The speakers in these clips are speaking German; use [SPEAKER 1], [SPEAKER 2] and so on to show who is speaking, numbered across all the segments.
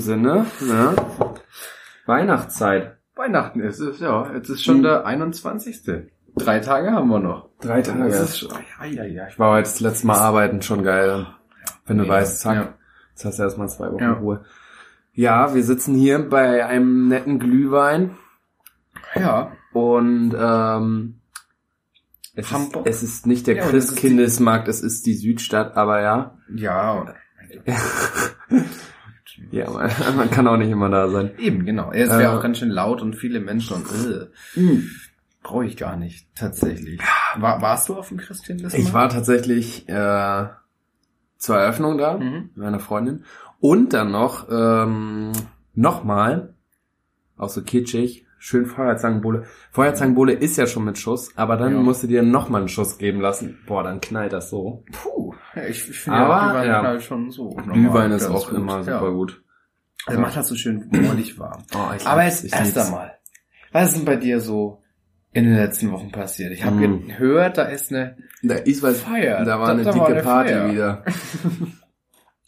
[SPEAKER 1] Sinne, ne? Weihnachtszeit.
[SPEAKER 2] Weihnachten ist es, ja. Jetzt ist schon
[SPEAKER 1] Mhm.
[SPEAKER 2] der 21. Drei Tage haben wir noch.
[SPEAKER 1] Drei
[SPEAKER 2] Das
[SPEAKER 1] Tage.
[SPEAKER 2] ist schon,
[SPEAKER 1] Ich war heute das letzte Mal arbeiten, schon geil. Wenn du
[SPEAKER 2] Ja.
[SPEAKER 1] weißt, zack.
[SPEAKER 2] Ja.
[SPEAKER 1] Jetzt hast du erstmal zwei Wochen
[SPEAKER 2] Ja.
[SPEAKER 1] Ruhe. Ja, wir sitzen hier bei einem netten Glühwein
[SPEAKER 2] ja.
[SPEAKER 1] und ähm, es, ist,
[SPEAKER 2] Hamburg?
[SPEAKER 1] es ist nicht der
[SPEAKER 2] Ja, und es ist die-
[SPEAKER 1] Christkindesmarkt, es ist die Südstadt, aber ja.
[SPEAKER 2] Ja. und-
[SPEAKER 1] ja, man, man kann auch nicht immer da sein.
[SPEAKER 2] Eben, genau. Es wäre
[SPEAKER 1] Äh,
[SPEAKER 2] auch ganz schön laut und viele Menschen und äh, brauche ich gar nicht, tatsächlich. War, warst du auf dem Christkindlesmarkt?
[SPEAKER 1] Ich war tatsächlich äh, zur Eröffnung da
[SPEAKER 2] Mhm.
[SPEAKER 1] mit meiner Freundin und dann noch ähm, nochmal, auch so kitschig, schön Feuerzangenbowle. Feuerzangenbowle ist ja schon mit Schuss, aber dann
[SPEAKER 2] Ja.
[SPEAKER 1] musst du dir nochmal einen Schuss geben lassen. Boah, dann knallt das so.
[SPEAKER 2] Puh. Ja, ich ich finde
[SPEAKER 1] Aber,
[SPEAKER 2] ja, Glühwein
[SPEAKER 1] ja.
[SPEAKER 2] knallt schon so. normal
[SPEAKER 1] Glühwein ist
[SPEAKER 2] ganz
[SPEAKER 1] auch
[SPEAKER 2] gut.
[SPEAKER 1] immer super
[SPEAKER 2] Ja.
[SPEAKER 1] gut.
[SPEAKER 2] Also macht das so schön mollig warm.
[SPEAKER 1] Oh, ich
[SPEAKER 2] Aber
[SPEAKER 1] lieb's,
[SPEAKER 2] jetzt
[SPEAKER 1] ich
[SPEAKER 2] erst
[SPEAKER 1] lieb's.
[SPEAKER 2] einmal. Was ist denn bei dir so in den letzten Wochen passiert? Ich habe
[SPEAKER 1] Mhm.
[SPEAKER 2] gehört, da ist ne,
[SPEAKER 1] Da
[SPEAKER 2] eine
[SPEAKER 1] ist was
[SPEAKER 2] Feier.
[SPEAKER 1] Da war eine dicke Party wieder.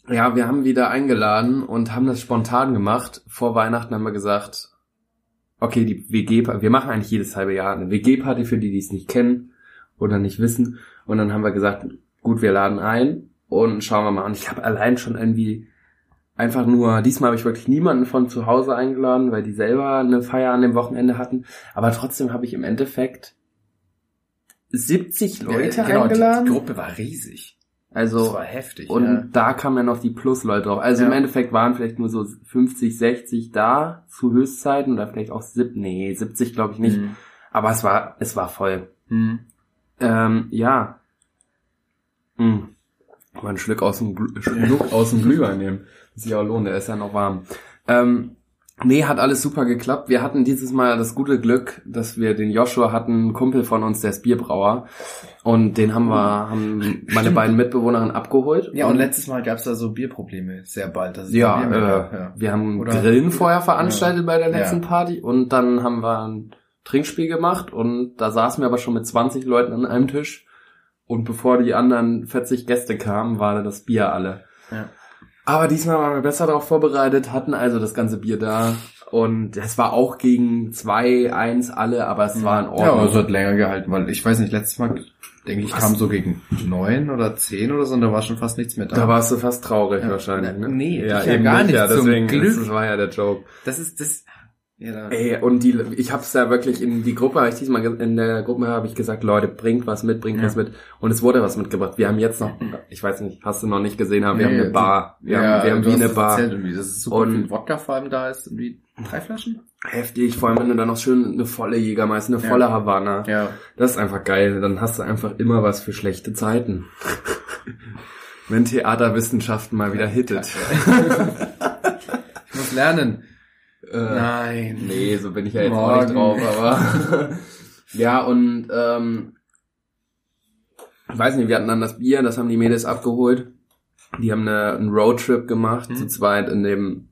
[SPEAKER 1] ja, wir haben wieder eingeladen und haben das spontan gemacht. Vor Weihnachten haben wir gesagt, okay, die WG, -Pa- wir machen eigentlich jedes halbe Jahr eine WG-Party für die, die es nicht kennen oder nicht wissen. Und dann haben wir gesagt, gut, wir laden ein und schauen wir mal. Und ich habe allein schon irgendwie einfach nur, diesmal habe ich wirklich niemanden von zu Hause eingeladen, weil die selber eine Feier an dem Wochenende hatten. Aber trotzdem habe ich im Endeffekt 70 Leute
[SPEAKER 2] genau,
[SPEAKER 1] eingeladen.
[SPEAKER 2] Die, die Gruppe war riesig. das
[SPEAKER 1] Also,
[SPEAKER 2] war heftig.
[SPEAKER 1] und
[SPEAKER 2] ja.
[SPEAKER 1] da kamen ja noch die Plus-Leute drauf. Also
[SPEAKER 2] Ja.
[SPEAKER 1] im Endeffekt waren vielleicht nur so 50, 60 da zu Höchstzeiten oder vielleicht auch 70, nee, 70 glaube ich nicht.
[SPEAKER 2] Mhm.
[SPEAKER 1] Aber es war, es war voll.
[SPEAKER 2] Mhm.
[SPEAKER 1] Ähm, ja. Hm. Mal einen Schluck aus dem, Glü Schluck aus dem Glühwein nehmen. Das ist ja auch lohnt, der ist ja noch warm. Ähm, nee, hat alles super geklappt. Wir hatten dieses Mal das gute Glück, dass wir den Joshua hatten, einen Kumpel von uns, der ist Bierbrauer. Und den haben wir, haben meine
[SPEAKER 2] Stimmt.
[SPEAKER 1] beiden Mitbewohnerinnen abgeholt.
[SPEAKER 2] Ja, und letztes Mal gab's da so Bierprobleme sehr bald. Dass es da
[SPEAKER 1] Ja,
[SPEAKER 2] Bier mehr gab,
[SPEAKER 1] äh,
[SPEAKER 2] ja.
[SPEAKER 1] wir haben
[SPEAKER 2] Oder-
[SPEAKER 1] Grillen vorher veranstaltet bei der letzten
[SPEAKER 2] Ja.
[SPEAKER 1] Party und dann haben wir ein Trinkspiel gemacht und da saßen wir aber schon mit 20 Leuten an einem Tisch und bevor die anderen 40 Gäste kamen, war das Bier alle.
[SPEAKER 2] Ja.
[SPEAKER 1] Aber diesmal waren wir besser darauf vorbereitet, hatten also das ganze Bier da und es war auch gegen 2, 1 alle, aber es war in
[SPEAKER 2] Mhm. Ja, also
[SPEAKER 1] Ordnung.
[SPEAKER 2] aber es hat länger gehalten, weil ich weiß nicht, letztes Mal, denke ich,
[SPEAKER 1] also- Was?
[SPEAKER 2] kam so gegen neun oder zehn oder so und da war schon fast nichts mehr da.
[SPEAKER 1] da warst du fast traurig
[SPEAKER 2] Ja.
[SPEAKER 1] wahrscheinlich, ne?
[SPEAKER 2] Nee, ich ja gar nicht,
[SPEAKER 1] Ja,
[SPEAKER 2] zum
[SPEAKER 1] deswegen,
[SPEAKER 2] Glück.
[SPEAKER 1] das war ja der Joke.
[SPEAKER 2] das ist das. Ja, da,
[SPEAKER 1] Ey, und die, ich hab's ja wirklich in die Gruppe, hab ich diesmal ge- in der Gruppe habe ich gesagt, Leute, bringt was mit, bringt
[SPEAKER 2] Ja.
[SPEAKER 1] was mit. Und es wurde was mitgebracht. Wir haben jetzt noch, ich weiß nicht, hast du noch nicht gesehen, aber wir
[SPEAKER 2] Nee,
[SPEAKER 1] haben eine
[SPEAKER 2] die-
[SPEAKER 1] Bar. Wir haben, wir haben
[SPEAKER 2] du
[SPEAKER 1] wie
[SPEAKER 2] hast
[SPEAKER 1] eine
[SPEAKER 2] es
[SPEAKER 1] Bar.
[SPEAKER 2] erzählt irgendwie, Das ist super
[SPEAKER 1] Und-
[SPEAKER 2] viel Wodka vor allem da ist. Irgendwie drei Flaschen?
[SPEAKER 1] Heftig, vor allem wenn du dann noch schön eine volle Jägermeister, eine
[SPEAKER 2] Ja.
[SPEAKER 1] volle Havanna.
[SPEAKER 2] Ja.
[SPEAKER 1] Das ist einfach geil. Dann hast du einfach immer was für schlechte Zeiten. wenn Theaterwissenschaften mal wieder hittet.
[SPEAKER 2] Ich muss lernen.
[SPEAKER 1] Äh,
[SPEAKER 2] Nein.
[SPEAKER 1] Nee, so bin ich ja jetzt auch nicht drauf,
[SPEAKER 2] Morgen.
[SPEAKER 1] aber. ja, und ähm, ich weiß nicht, wir hatten dann das Bier, das haben die Mädels abgeholt. Die haben eine, einen Roadtrip gemacht,
[SPEAKER 2] Mhm.
[SPEAKER 1] zu zweit in dem,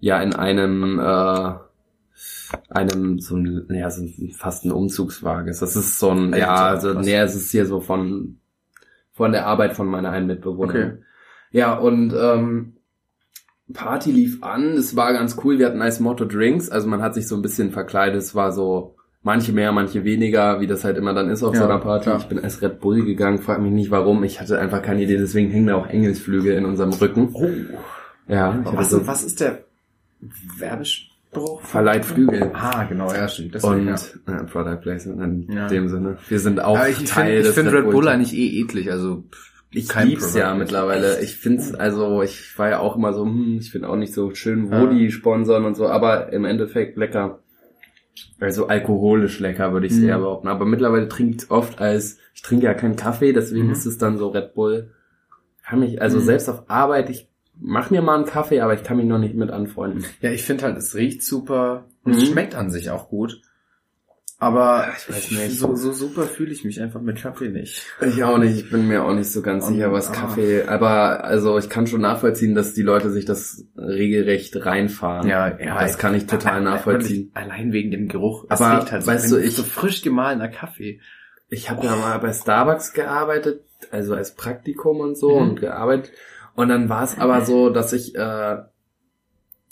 [SPEAKER 1] ja, in einem, äh, einem, so ein, ja, so ein, fast ein Umzugswagen. ist. Das ist so ein, ja,
[SPEAKER 2] Alter,
[SPEAKER 1] also,
[SPEAKER 2] was?
[SPEAKER 1] nee, es ist hier so von, von der Arbeit von meiner einen Mitbewohnerin.
[SPEAKER 2] Okay.
[SPEAKER 1] Ja, und, ähm, Party lief an, es war ganz cool, wir hatten nice Motto Drinks, also man hat sich so ein bisschen verkleidet, es war so manche mehr, manche weniger, wie das halt immer dann ist auf so
[SPEAKER 2] Ja,
[SPEAKER 1] einer Party.
[SPEAKER 2] klar.
[SPEAKER 1] Ich bin als Red Bull gegangen, frag mich nicht warum, ich hatte einfach keine Idee, deswegen hängen da auch Engelsflügel in unserem Rücken.
[SPEAKER 2] Oh.
[SPEAKER 1] Ja, ich hatte
[SPEAKER 2] Was,
[SPEAKER 1] so
[SPEAKER 2] was ist der Werbespruch?
[SPEAKER 1] verleiht Flügel.
[SPEAKER 2] Ah, genau, ja, stimmt.
[SPEAKER 1] Und
[SPEAKER 2] Deswegen, ja.
[SPEAKER 1] äh, Product Placement in
[SPEAKER 2] Ja.
[SPEAKER 1] dem Sinne. Wir sind auch
[SPEAKER 2] Aber ich
[SPEAKER 1] Teil
[SPEAKER 2] finde
[SPEAKER 1] des
[SPEAKER 2] find Red Bull
[SPEAKER 1] Teams.
[SPEAKER 2] eigentlich eh eklig, also
[SPEAKER 1] Ich
[SPEAKER 2] Kein
[SPEAKER 1] lieb's ja
[SPEAKER 2] Product.
[SPEAKER 1] mittlerweile. Ich find's, also ich war ja auch immer so, hm, ich find auch nicht so schön, wo
[SPEAKER 2] Ja.
[SPEAKER 1] die sponsern und so, aber im Endeffekt lecker. Also alkoholisch lecker, würde ich
[SPEAKER 2] Mhm.
[SPEAKER 1] eher behaupten. Aber mittlerweile trinkt oft als, ich trinke ja keinen Kaffee, deswegen
[SPEAKER 2] Mhm.
[SPEAKER 1] ist es dann so Red Bull. Kann mich, also
[SPEAKER 2] Mhm.
[SPEAKER 1] selbst auf Arbeit, ich mach mir mal einen Kaffee, aber ich kann mich noch nicht mit anfreunden.
[SPEAKER 2] Ja, ich finde halt, es riecht super und es
[SPEAKER 1] Mhm.
[SPEAKER 2] schmeckt an sich auch gut. Aber
[SPEAKER 1] Ich weiß nicht.
[SPEAKER 2] So, so super fühle ich mich einfach mit Kaffee nicht.
[SPEAKER 1] Ich auch nicht, ich bin mir auch nicht so ganz
[SPEAKER 2] Und-
[SPEAKER 1] sicher, was
[SPEAKER 2] ah.
[SPEAKER 1] Kaffee, aber also ich kann schon nachvollziehen, dass die Leute sich das regelrecht reinfahren. das kann ich total nachvollziehen.
[SPEAKER 2] Allein wegen dem Geruch. Es
[SPEAKER 1] Aber
[SPEAKER 2] riecht
[SPEAKER 1] weißt
[SPEAKER 2] wenn-
[SPEAKER 1] du, ich-
[SPEAKER 2] so frisch gemahlener Kaffee.
[SPEAKER 1] Ich habe ja mal bei Starbucks gearbeitet, also als Praktikum und so
[SPEAKER 2] Mhm.
[SPEAKER 1] und gearbeitet. Und dann war es aber so, dass ich äh,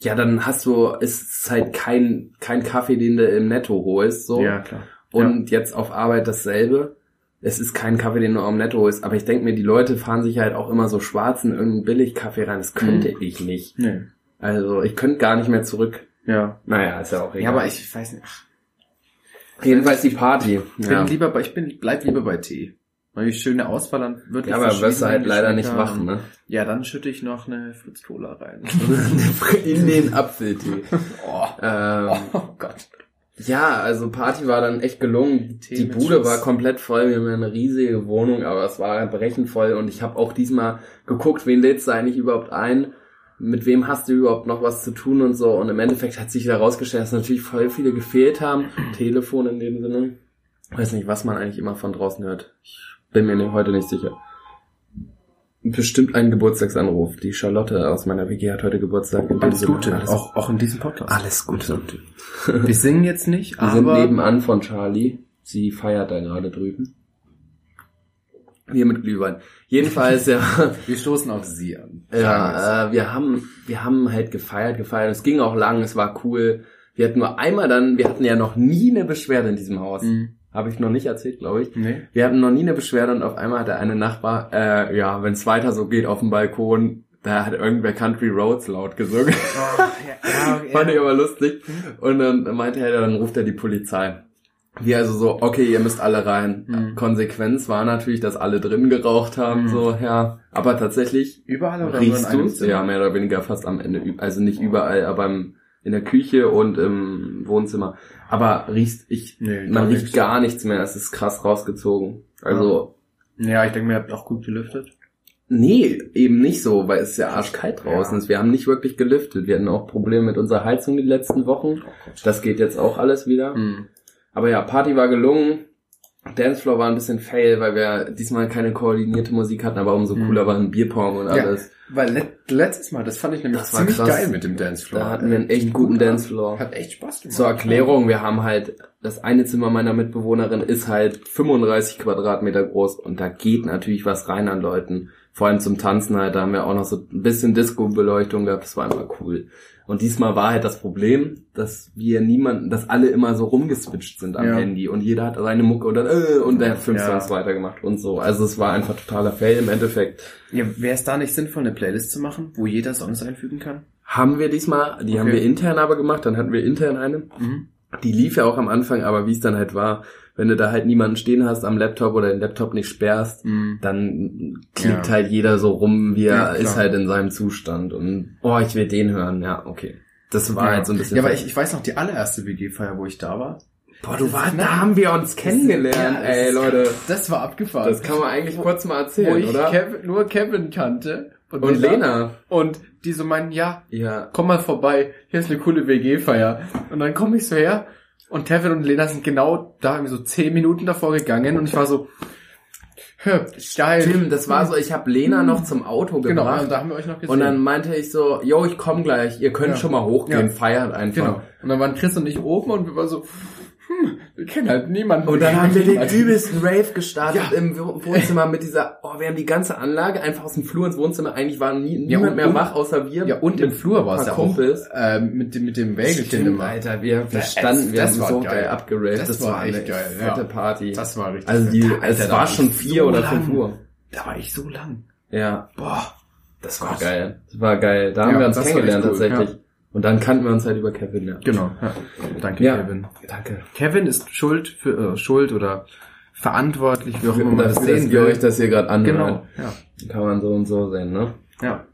[SPEAKER 1] ja, dann hast du, ist es halt kein, kein Kaffee, den du im Netto holst, so.
[SPEAKER 2] Ja, klar.
[SPEAKER 1] Und jetzt auf Arbeit dasselbe. Es ist kein Kaffee, den du am Netto holst. Aber ich denke mir, die Leute fahren sich halt auch immer so schwarzen, irgendeinen Billigkaffee rein. Das könnte
[SPEAKER 2] Mhm.
[SPEAKER 1] ich nicht.
[SPEAKER 2] Nee.
[SPEAKER 1] Also, ich könnte gar nicht mehr zurück.
[SPEAKER 2] Ja.
[SPEAKER 1] Naja, ist ja auch egal.
[SPEAKER 2] Ja, aber ich weiß nicht. Ach,
[SPEAKER 1] jedenfalls die Party.
[SPEAKER 2] Ich
[SPEAKER 1] Ja.
[SPEAKER 2] bin lieber bei, ich bin, bleib lieber bei Tee. Weil die schöne Auswahl an wirklich
[SPEAKER 1] Ja, aber
[SPEAKER 2] verschiedenen
[SPEAKER 1] wirst du halt leider nicht
[SPEAKER 2] Geschmäckern.
[SPEAKER 1] wach, ne?
[SPEAKER 2] Ja, dann schütte ich noch eine Fritz Cola rein.
[SPEAKER 1] In den Apfeltee.
[SPEAKER 2] oh,
[SPEAKER 1] Ähm,
[SPEAKER 2] oh Gott.
[SPEAKER 1] Ja, also Party war dann echt gelungen.
[SPEAKER 2] Tee
[SPEAKER 1] Die
[SPEAKER 2] mit
[SPEAKER 1] Bude
[SPEAKER 2] Chips.
[SPEAKER 1] war komplett voll. Wir haben eine riesige Wohnung, aber es war brechend voll. Und ich habe auch diesmal geguckt, wen lädst du eigentlich überhaupt ein? Mit wem hast du überhaupt noch was zu tun und so. Und im Endeffekt hat sich herausgestellt, dass natürlich voll viele gefehlt haben. Telefon in dem Sinne. Weiß nicht, was man eigentlich immer von draußen hört. Ich bin mir nicht- heute nicht sicher. Bestimmt ein Geburtstagsanruf. Die Charlotte aus meiner WG hat heute Geburtstag. In dem
[SPEAKER 2] Alles
[SPEAKER 1] Sinne,
[SPEAKER 2] Gute,
[SPEAKER 1] Alles,
[SPEAKER 2] auch, auch in diesem Podcast.
[SPEAKER 1] alles Gute.
[SPEAKER 2] Wir singen jetzt nicht,
[SPEAKER 1] Wir sind
[SPEAKER 2] aber
[SPEAKER 1] nebenan von Charlie. Sie feiert da gerade drüben. Wir mit Glühwein. Jedenfalls, ja,
[SPEAKER 2] wir stoßen auf sie an.
[SPEAKER 1] ja äh, wir, haben, wir haben halt gefeiert, gefeiert. Es ging auch lang, es war cool. Wir hatten nur einmal dann, wir hatten ja noch nie eine Beschwerde in diesem Haus.
[SPEAKER 2] Mhm.
[SPEAKER 1] Habe ich noch nicht erzählt, glaube ich.
[SPEAKER 2] Nee.
[SPEAKER 1] Wir hatten noch nie eine Beschwerde und auf einmal hat der eine Nachbar, äh, ja, wenn es weiter so geht auf dem Balkon, da hat irgendwer Country Roads laut gesungen. Fand ich aber lustig. Und dann meinte er, dann ruft er die Polizei. Wir also so, okay, ihr müsst alle rein.
[SPEAKER 2] Mhm.
[SPEAKER 1] Konsequenz war natürlich, dass alle drin geraucht haben,
[SPEAKER 2] Mhm.
[SPEAKER 1] so, ja. Aber tatsächlich
[SPEAKER 2] Überall oder nur in
[SPEAKER 1] riechst
[SPEAKER 2] einem
[SPEAKER 1] du,
[SPEAKER 2] Zimmer?
[SPEAKER 1] ja, mehr oder weniger fast am Ende, üb- also nicht überall, aber im, in der Küche und im Wohnzimmer. Aber riechst, ich,
[SPEAKER 2] Nee,
[SPEAKER 1] man riecht
[SPEAKER 2] nichts.
[SPEAKER 1] gar nichts mehr, es ist krass rausgezogen. Also,
[SPEAKER 2] Ja, ich denke, mir, ihr habt auch gut gelüftet.
[SPEAKER 1] nee, eben nicht so, weil es ist ja arschkalt draußen
[SPEAKER 2] Ja.
[SPEAKER 1] ist. Wir haben nicht wirklich gelüftet. Wir hatten auch Probleme mit unserer Heizung die letzten Wochen.
[SPEAKER 2] Oh
[SPEAKER 1] Das geht jetzt auch alles wieder.
[SPEAKER 2] Mhm.
[SPEAKER 1] Aber ja, Party war gelungen. Dancefloor war ein bisschen fail, weil wir diesmal keine koordinierte Musik hatten, aber umso
[SPEAKER 2] Mhm.
[SPEAKER 1] cooler waren Bierpong und
[SPEAKER 2] Ja,
[SPEAKER 1] alles.
[SPEAKER 2] weil let letztes Mal, das fand ich nämlich
[SPEAKER 1] Das war
[SPEAKER 2] ziemlich
[SPEAKER 1] krass.
[SPEAKER 2] geil mit dem Dancefloor. Äh,
[SPEAKER 1] Da hatten wir einen echt guten Dancefloor.
[SPEAKER 2] Hat echt Spaß gemacht.
[SPEAKER 1] Zur Erklärung, wir haben halt, das eine Zimmer meiner Mitbewohnerin ist halt 35 Quadratmeter groß und da geht natürlich was rein an Leuten. Vor allem zum Tanzen halt, da haben wir auch noch so ein bisschen Disco-Beleuchtung gehabt, das war einfach cool. Und diesmal war halt das Problem, dass wir niemanden, dass alle immer so rumgeswitcht sind am
[SPEAKER 2] Ja.
[SPEAKER 1] Handy und jeder hat seine Mucke und dann, äh, und der hat fünf
[SPEAKER 2] Ja.
[SPEAKER 1] Songs weitergemacht und so. Also es war einfach totaler Fail im Endeffekt.
[SPEAKER 2] Ja, wäre es da nicht sinnvoll, eine Playlist zu machen, wo jeder Songs einfügen kann?
[SPEAKER 1] Haben wir diesmal, die haben
[SPEAKER 2] Okay.
[SPEAKER 1] wir intern aber gemacht, dann hatten wir intern eine.
[SPEAKER 2] Mhm.
[SPEAKER 1] Die lief ja auch am Anfang, aber wie es dann halt war, wenn du da halt niemanden stehen hast am Laptop oder den Laptop nicht sperrst,
[SPEAKER 2] Mhm.
[SPEAKER 1] dann klickt
[SPEAKER 2] Ja.
[SPEAKER 1] halt jeder so rum, wie er
[SPEAKER 2] Ja, klar.
[SPEAKER 1] ist halt in seinem Zustand und oh, ich will den hören, ja, okay. Das war
[SPEAKER 2] Ja.
[SPEAKER 1] halt so ein bisschen.
[SPEAKER 2] ja, aber ich, ich weiß noch, die allererste WG-Feier, wo ich da war.
[SPEAKER 1] boah, du warst, da haben wir uns kennengelernt,
[SPEAKER 2] Ja, das-
[SPEAKER 1] ey, Leute.
[SPEAKER 2] Das war abgefahren.
[SPEAKER 1] Das kann man eigentlich kurz mal
[SPEAKER 2] wo
[SPEAKER 1] erzählen,
[SPEAKER 2] ich
[SPEAKER 1] oder?
[SPEAKER 2] Kevin, nur Kevin kannte.
[SPEAKER 1] Und Lena.
[SPEAKER 2] Und die so meinen, ja,
[SPEAKER 1] Ja.
[SPEAKER 2] komm mal vorbei, hier ist eine coole WG-Feier. Und dann komme ich so her und Kevin und Lena sind genau da irgendwie so zehn Minuten davor gegangen und ich war so, hä, geil.
[SPEAKER 1] Stimmt, das war so, ich habe Lena noch zum Auto
[SPEAKER 2] Hm. Genau,
[SPEAKER 1] gebracht.
[SPEAKER 2] und da haben wir euch noch gesehen.
[SPEAKER 1] und dann meinte ich so, yo, ich komm gleich, ihr könnt
[SPEAKER 2] Ja.
[SPEAKER 1] schon mal hochgehen,
[SPEAKER 2] Ja.
[SPEAKER 1] feiert einfach.
[SPEAKER 2] genau. Und dann waren Chris und ich oben und wir waren so, hm, wir kennen halt niemanden.
[SPEAKER 1] Und dann haben wir den
[SPEAKER 2] Niemanden.
[SPEAKER 1] übelsten Rave gestartet
[SPEAKER 2] Also- Ja.
[SPEAKER 1] im Wo- Wohnzimmer mit dieser, oh, wir haben die ganze Anlage einfach aus dem Flur ins Wohnzimmer. Eigentlich war nie,
[SPEAKER 2] Ja,
[SPEAKER 1] niemand
[SPEAKER 2] und-
[SPEAKER 1] mehr
[SPEAKER 2] und-
[SPEAKER 1] wach, außer wir.
[SPEAKER 2] Ja, und im Flur war es ja
[SPEAKER 1] Paar
[SPEAKER 2] auch.
[SPEAKER 1] Kumpels.
[SPEAKER 2] Äh, mit, dem- mit dem Wägelchen
[SPEAKER 1] Stimmt,
[SPEAKER 2] immer.
[SPEAKER 1] Alter, wir, wir
[SPEAKER 2] Das-
[SPEAKER 1] standen, wir
[SPEAKER 2] das
[SPEAKER 1] haben
[SPEAKER 2] war
[SPEAKER 1] so
[SPEAKER 2] geil.
[SPEAKER 1] geil abgeraved.
[SPEAKER 2] Das
[SPEAKER 1] Das,
[SPEAKER 2] war
[SPEAKER 1] war eine
[SPEAKER 2] echt geil,
[SPEAKER 1] fette
[SPEAKER 2] ja.
[SPEAKER 1] Party.
[SPEAKER 2] Das war richtig.
[SPEAKER 1] also die,
[SPEAKER 2] fett. Alter,
[SPEAKER 1] es
[SPEAKER 2] da
[SPEAKER 1] war
[SPEAKER 2] ich
[SPEAKER 1] schon vier
[SPEAKER 2] so
[SPEAKER 1] oder fünf
[SPEAKER 2] lang.
[SPEAKER 1] Uhr.
[SPEAKER 2] Da war ich so lang.
[SPEAKER 1] Ja,
[SPEAKER 2] Boah.
[SPEAKER 1] das war geil. Das war geil. Da haben
[SPEAKER 2] Ja,
[SPEAKER 1] wir uns
[SPEAKER 2] das war echt
[SPEAKER 1] kennengelernt
[SPEAKER 2] cool,
[SPEAKER 1] tatsächlich. Und dann kannten wir uns halt über Kevin, ja.
[SPEAKER 2] Genau. Ja. Danke,
[SPEAKER 1] Ja.
[SPEAKER 2] Kevin.
[SPEAKER 1] Danke.
[SPEAKER 2] Kevin ist schuld für äh, schuld oder verantwortlich, wie auch
[SPEAKER 1] Dafür,
[SPEAKER 2] immer man das
[SPEAKER 1] dass
[SPEAKER 2] sehen
[SPEAKER 1] ihr
[SPEAKER 2] will.
[SPEAKER 1] euch das hier gerade anhört.
[SPEAKER 2] genau. Ja.
[SPEAKER 1] Kann man so und so sehen, ne?
[SPEAKER 2] ja.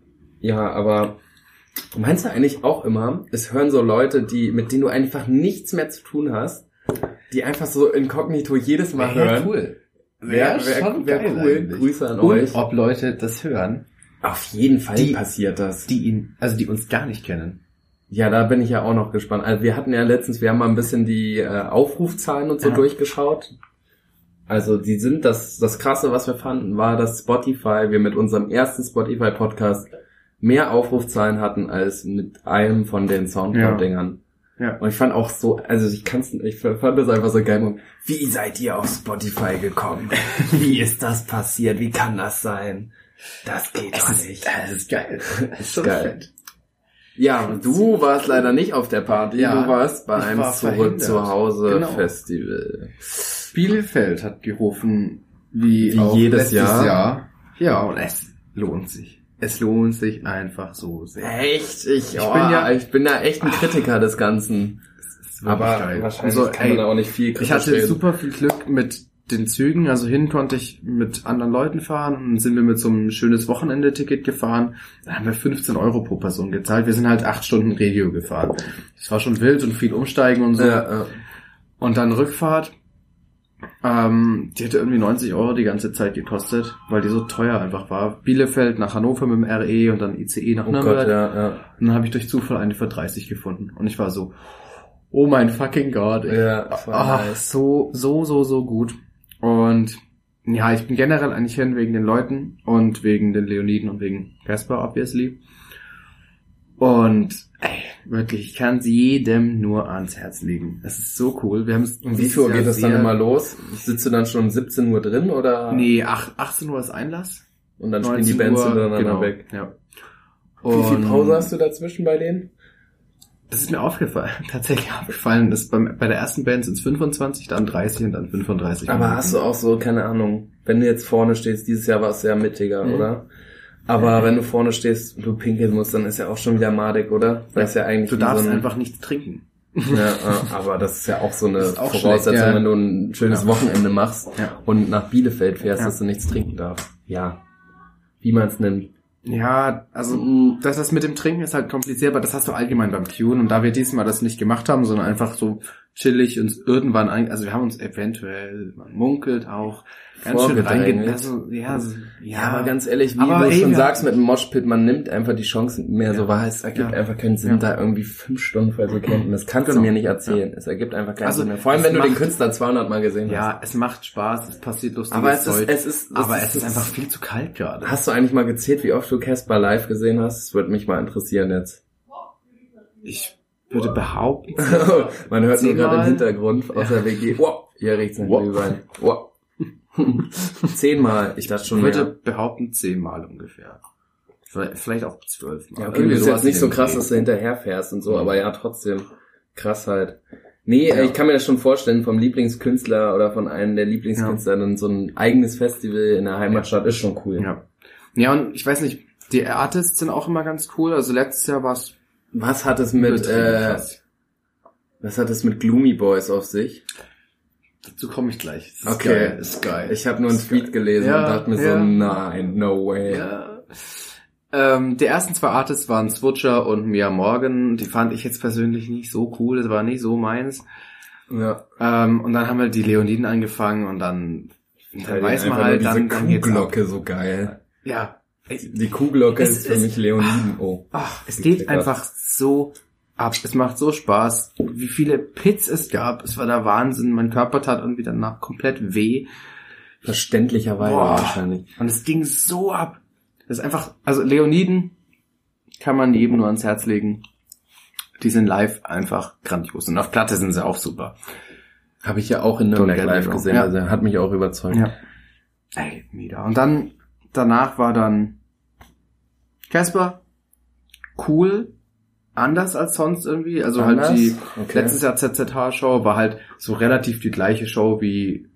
[SPEAKER 1] Ja, aber meinst du eigentlich auch immer, es hören so Leute, die, mit denen du einfach nichts mehr zu tun hast, die einfach so inkognito jedes Mal hören?
[SPEAKER 2] cool.
[SPEAKER 1] Wär- wär- wär cool. Grüße an
[SPEAKER 2] Und
[SPEAKER 1] euch.
[SPEAKER 2] ob Leute das hören,
[SPEAKER 1] Auf jeden Fall
[SPEAKER 2] Die-
[SPEAKER 1] passiert das.
[SPEAKER 2] die ihn, also die uns gar nicht kennen.
[SPEAKER 1] Ja, da bin ich ja auch noch gespannt. Also wir hatten ja letztens, wir haben mal ein bisschen die äh, Aufrufzahlen und so
[SPEAKER 2] Ja.
[SPEAKER 1] durchgeschaut. Also die sind, das, das Krasse, was wir fanden, war, dass Spotify, wir mit unserem ersten Spotify-Podcast mehr Aufrufzahlen hatten als mit einem von den Soundcloud-Dingern.
[SPEAKER 2] Ja.
[SPEAKER 1] Und ich fand auch so, also ich kann's, ich fand das einfach so geil. Wie seid ihr auf Spotify gekommen? Wie ist das passiert? Wie kann das sein? Das geht doch nicht.
[SPEAKER 2] ist geil. Das ist
[SPEAKER 1] geil.
[SPEAKER 2] fett.
[SPEAKER 1] Ja, und du warst leider nicht auf der Party.
[SPEAKER 2] Ja,
[SPEAKER 1] du warst bei
[SPEAKER 2] ich
[SPEAKER 1] einem
[SPEAKER 2] war
[SPEAKER 1] Zurück
[SPEAKER 2] verhindert.
[SPEAKER 1] zu Hause
[SPEAKER 2] Genau.
[SPEAKER 1] Festival.
[SPEAKER 2] Bielefeld hat gerufen, wie,
[SPEAKER 1] Wie
[SPEAKER 2] auch
[SPEAKER 1] jedes
[SPEAKER 2] letztes
[SPEAKER 1] Jahr.
[SPEAKER 2] Jahr. Ja, und es lohnt sich. Es lohnt sich einfach so sehr.
[SPEAKER 1] Echt? Ich,
[SPEAKER 2] Ich
[SPEAKER 1] oh,
[SPEAKER 2] bin ja-
[SPEAKER 1] ich bin da echt ein Kritiker des Ganzen.
[SPEAKER 2] Es ist wirklich
[SPEAKER 1] Aber
[SPEAKER 2] geil.
[SPEAKER 1] wahrscheinlich
[SPEAKER 2] Also,
[SPEAKER 1] kann
[SPEAKER 2] ey,
[SPEAKER 1] man da auch nicht viel
[SPEAKER 2] Ich
[SPEAKER 1] kritisch
[SPEAKER 2] hatte
[SPEAKER 1] reden.
[SPEAKER 2] super viel Glück mit den Zügen. Also hin konnte ich mit anderen Leuten fahren und dann sind wir mit so einem schönes Wochenendeticket gefahren. Da haben wir 15 Euro pro Person gezahlt. Wir sind halt acht Stunden Regio gefahren. Das war schon wild und viel Umsteigen und so.
[SPEAKER 1] Ja, ja.
[SPEAKER 2] Und dann Rückfahrt. Ähm, die hätte irgendwie 90 Euro die ganze Zeit gekostet, weil die so teuer einfach war. Bielefeld nach Hannover mit dem RE und dann ICE nach
[SPEAKER 1] Oh
[SPEAKER 2] Nürnberg.
[SPEAKER 1] Gott, ja, ja.
[SPEAKER 2] Und dann habe ich durch Zufall eine für 30 gefunden. Und ich war so, oh mein fucking Gott. Ich,
[SPEAKER 1] Ja, oh, voll
[SPEAKER 2] ach,
[SPEAKER 1] nice.
[SPEAKER 2] Ah, so, so, so, so gut. Und ja, ich bin generell eigentlich hin wegen den Leuten und wegen den Leoniden und wegen Casper, obviously. Und ey, wirklich, ich kann es jedem nur ans Herz legen. Es ist so cool. Wir haben es.
[SPEAKER 1] Um wie viel Uhr geht das dann immer los? Sitzt du dann schon um 17 Uhr drin oder?
[SPEAKER 2] Nee, ach, 18 Uhr ist Einlass. genau,
[SPEAKER 1] Und dann spielen die Bands hintereinander weg.
[SPEAKER 2] Ja.
[SPEAKER 1] Wie viel
[SPEAKER 2] Und-
[SPEAKER 1] Pause hast du dazwischen bei denen?
[SPEAKER 2] Das ist mir aufgefallen, tatsächlich aufgefallen, dass beim, bei der ersten Band sind es 25, dann 30 und dann 35.
[SPEAKER 1] Aber hast du auch so, keine Ahnung, wenn du jetzt vorne stehst, dieses Jahr war es sehr mittiger,
[SPEAKER 2] Mhm.
[SPEAKER 1] oder? Aber wenn du vorne stehst und du pinkeln musst, dann ist ja auch schon wieder madig, oder? Das ist ja eigentlich
[SPEAKER 2] Du
[SPEAKER 1] wie
[SPEAKER 2] darfst
[SPEAKER 1] so ein-
[SPEAKER 2] einfach nichts trinken.
[SPEAKER 1] Ja, äh, aber das ist ja auch so eine
[SPEAKER 2] Ist auch
[SPEAKER 1] Voraussetzung,
[SPEAKER 2] schlecht, ja.
[SPEAKER 1] wenn du ein schönes
[SPEAKER 2] Ja.
[SPEAKER 1] Wochenende machst
[SPEAKER 2] Ja.
[SPEAKER 1] und nach Bielefeld fährst,
[SPEAKER 2] Ja.
[SPEAKER 1] dass du nichts trinken darfst. Ja. Wie man es nimmt.
[SPEAKER 2] Ja, also das, das mit dem Trinken ist halt kompliziert, aber das hast du allgemein beim Tune. Und da wir diesmal das nicht gemacht haben, sondern einfach so chillig uns irgendwann ein, also wir haben uns eventuell, man munkelt auch, ganz schön
[SPEAKER 1] Vorgedrängelt.
[SPEAKER 2] reinge... Also, ja, so-
[SPEAKER 1] Ja, aber ganz ehrlich, wie
[SPEAKER 2] Aber
[SPEAKER 1] du
[SPEAKER 2] ey,
[SPEAKER 1] schon
[SPEAKER 2] wir-
[SPEAKER 1] sagst mit dem Moshpit, man nimmt einfach die Chancen mehr
[SPEAKER 2] Ja.
[SPEAKER 1] so wahr. Es ergibt
[SPEAKER 2] Ja.
[SPEAKER 1] einfach keinen Sinn,
[SPEAKER 2] Ja.
[SPEAKER 1] da irgendwie fünf Stunden voll zu campen. Das kannst du
[SPEAKER 2] Genau.
[SPEAKER 1] mir nicht erzählen. Es ergibt einfach keinen
[SPEAKER 2] Also,
[SPEAKER 1] Sinn mehr. Vor allem,
[SPEAKER 2] es
[SPEAKER 1] wenn du den
[SPEAKER 2] macht-
[SPEAKER 1] Künstler 200 Mal gesehen hast.
[SPEAKER 2] ja, es macht Spaß, es passiert lustiges
[SPEAKER 1] Aber es ist,
[SPEAKER 2] Zeug.
[SPEAKER 1] es ist, es
[SPEAKER 2] aber es ist einfach viel zu kalt gerade.
[SPEAKER 1] Hast du eigentlich mal gezählt, wie oft du Casper live gesehen hast? Das würde mich mal interessieren jetzt.
[SPEAKER 2] Ich würde behaupten,
[SPEAKER 1] Man hört nur gerade im
[SPEAKER 2] Zehnmal?
[SPEAKER 1] Hintergrund aus der WG. Wow, hier riecht's ein
[SPEAKER 2] Wow.
[SPEAKER 1] Glühwein. Wow. Zehnmal, ich dachte schon
[SPEAKER 2] Ich würde
[SPEAKER 1] mehr.
[SPEAKER 2] behaupten, zehnmal ungefähr. Vielleicht vielleicht auch zwölfmal.
[SPEAKER 1] Ja, okay,
[SPEAKER 2] Irgendwie
[SPEAKER 1] du bist
[SPEAKER 2] sowas
[SPEAKER 1] jetzt nicht
[SPEAKER 2] in
[SPEAKER 1] so
[SPEAKER 2] dem
[SPEAKER 1] krass,
[SPEAKER 2] Dreh. Mhm.
[SPEAKER 1] dass du hinterherfährst und so, aber ja, trotzdem. Krass halt. Nee, äh,
[SPEAKER 2] Ja.
[SPEAKER 1] ich kann mir das schon vorstellen, vom Lieblingskünstler oder von einem der Lieblingskünstler dann so ein eigenes Festival in der Heimatstadt ist schon cool.
[SPEAKER 2] Ja. ja, und ich weiß nicht, die Artists sind auch immer ganz cool. Also letztes Jahr war es
[SPEAKER 1] Was hat es mit, äh, was hat es mit Gloomy Boys auf sich?
[SPEAKER 2] Dazu komme ich gleich. Ist
[SPEAKER 1] Okay.
[SPEAKER 2] geil, ist geil.
[SPEAKER 1] Ich habe nur einen Tweet gelesen
[SPEAKER 2] Ja,
[SPEAKER 1] und dachte mir so,
[SPEAKER 2] ja.
[SPEAKER 1] nein, no way.
[SPEAKER 2] ja. ähm, die ersten zwei Artists waren Switcher und Mia Morgan. Die fand ich jetzt persönlich nicht so cool. Das war nicht so meins.
[SPEAKER 1] ja.
[SPEAKER 2] Ähm, und dann haben wir die Leoniden angefangen und dann, dann weiß man halt, dann, dann geht's ab.
[SPEAKER 1] Kuhglocke so geil.
[SPEAKER 2] Ja,
[SPEAKER 1] Die Kuhglocke
[SPEAKER 2] Es
[SPEAKER 1] ist für
[SPEAKER 2] ist-
[SPEAKER 1] mich Leoniden. Oh.
[SPEAKER 2] Ach, es
[SPEAKER 1] Gekleckert.
[SPEAKER 2] geht einfach so ab. Es macht so Spaß, wie viele Pits es gab. Es war der Wahnsinn. Mein Körper tat irgendwie danach komplett weh.
[SPEAKER 1] Verständlicherweise
[SPEAKER 2] Boah.
[SPEAKER 1] wahrscheinlich.
[SPEAKER 2] Und es ging so ab. Das ist einfach, also Leoniden kann man jedem nur ans Herz legen. Die sind live einfach grandios. Und auf Platte sind sie auch super.
[SPEAKER 1] Habe ich ja auch in
[SPEAKER 2] Nürnberg
[SPEAKER 1] Nürnberg live
[SPEAKER 2] live
[SPEAKER 1] gesehen.
[SPEAKER 2] auch.
[SPEAKER 1] Also hat mich auch überzeugt.
[SPEAKER 2] Ja. Ey, mega. Und dann, danach war dann Casper cool, anders als sonst irgendwie. Also halt die,
[SPEAKER 1] okay.
[SPEAKER 2] Letztes Jahr ZZH-Show war halt so relativ die gleiche Show wie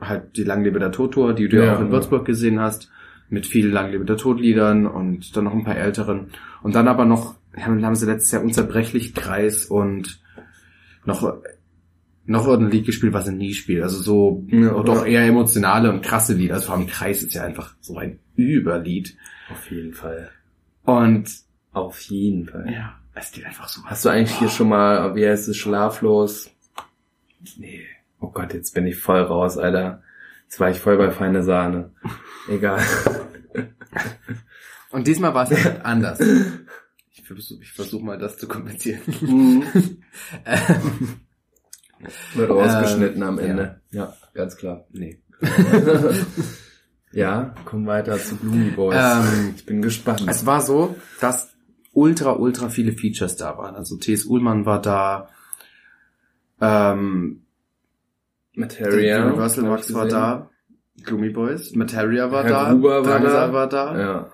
[SPEAKER 2] halt die Langlebe der Tod-Tour, die du
[SPEAKER 1] Ja,
[SPEAKER 2] ja auch in
[SPEAKER 1] ja.
[SPEAKER 2] Würzburg gesehen hast, mit vielen Langlebe der Tod-Liedern und dann noch ein paar älteren. Und dann aber noch, haben, haben sie letztes Jahr unzerbrechlich Kreis und noch noch irgendein Lied gespielt, was sie nie spielt. Also so
[SPEAKER 1] Ja,
[SPEAKER 2] doch eher emotionale und krasse Lieder. Also vor allem Kreis ist ja einfach so ein Überlied.
[SPEAKER 1] Auf jeden Fall.
[SPEAKER 2] Und
[SPEAKER 1] Auf jeden Fall.
[SPEAKER 2] ja, es geht einfach so.
[SPEAKER 1] Hast du eigentlich hier schon mal, wie heißt es, schlaflos?
[SPEAKER 2] Nee.
[SPEAKER 1] Oh Gott, jetzt bin ich voll raus, Alter. Jetzt war ich voll bei feine Sahne. Egal.
[SPEAKER 2] Und diesmal war es halt anders. Ich versuche ich versuch mal, das zu kompensieren.
[SPEAKER 1] Mhm.
[SPEAKER 2] Ähm,
[SPEAKER 1] Wird rausgeschnitten am
[SPEAKER 2] ja.
[SPEAKER 1] Ende. Ähm, ja ganz klar.
[SPEAKER 2] nee.
[SPEAKER 1] Ja, also, komm weiter zu Gloomy Boys.
[SPEAKER 2] Ähm,
[SPEAKER 1] ich bin gespannt.
[SPEAKER 2] Es war so, dass ultra, ultra viele Features da waren. Also T.S. Ullmann war da, ähm,
[SPEAKER 1] Materia.
[SPEAKER 2] Universal
[SPEAKER 1] hab
[SPEAKER 2] Wax
[SPEAKER 1] ich
[SPEAKER 2] war
[SPEAKER 1] gesehen.
[SPEAKER 2] da, Gloomy Boys, Materia war
[SPEAKER 1] Herr
[SPEAKER 2] da,
[SPEAKER 1] Gruber war
[SPEAKER 2] Drangsal
[SPEAKER 1] da.
[SPEAKER 2] war da.
[SPEAKER 1] Ja.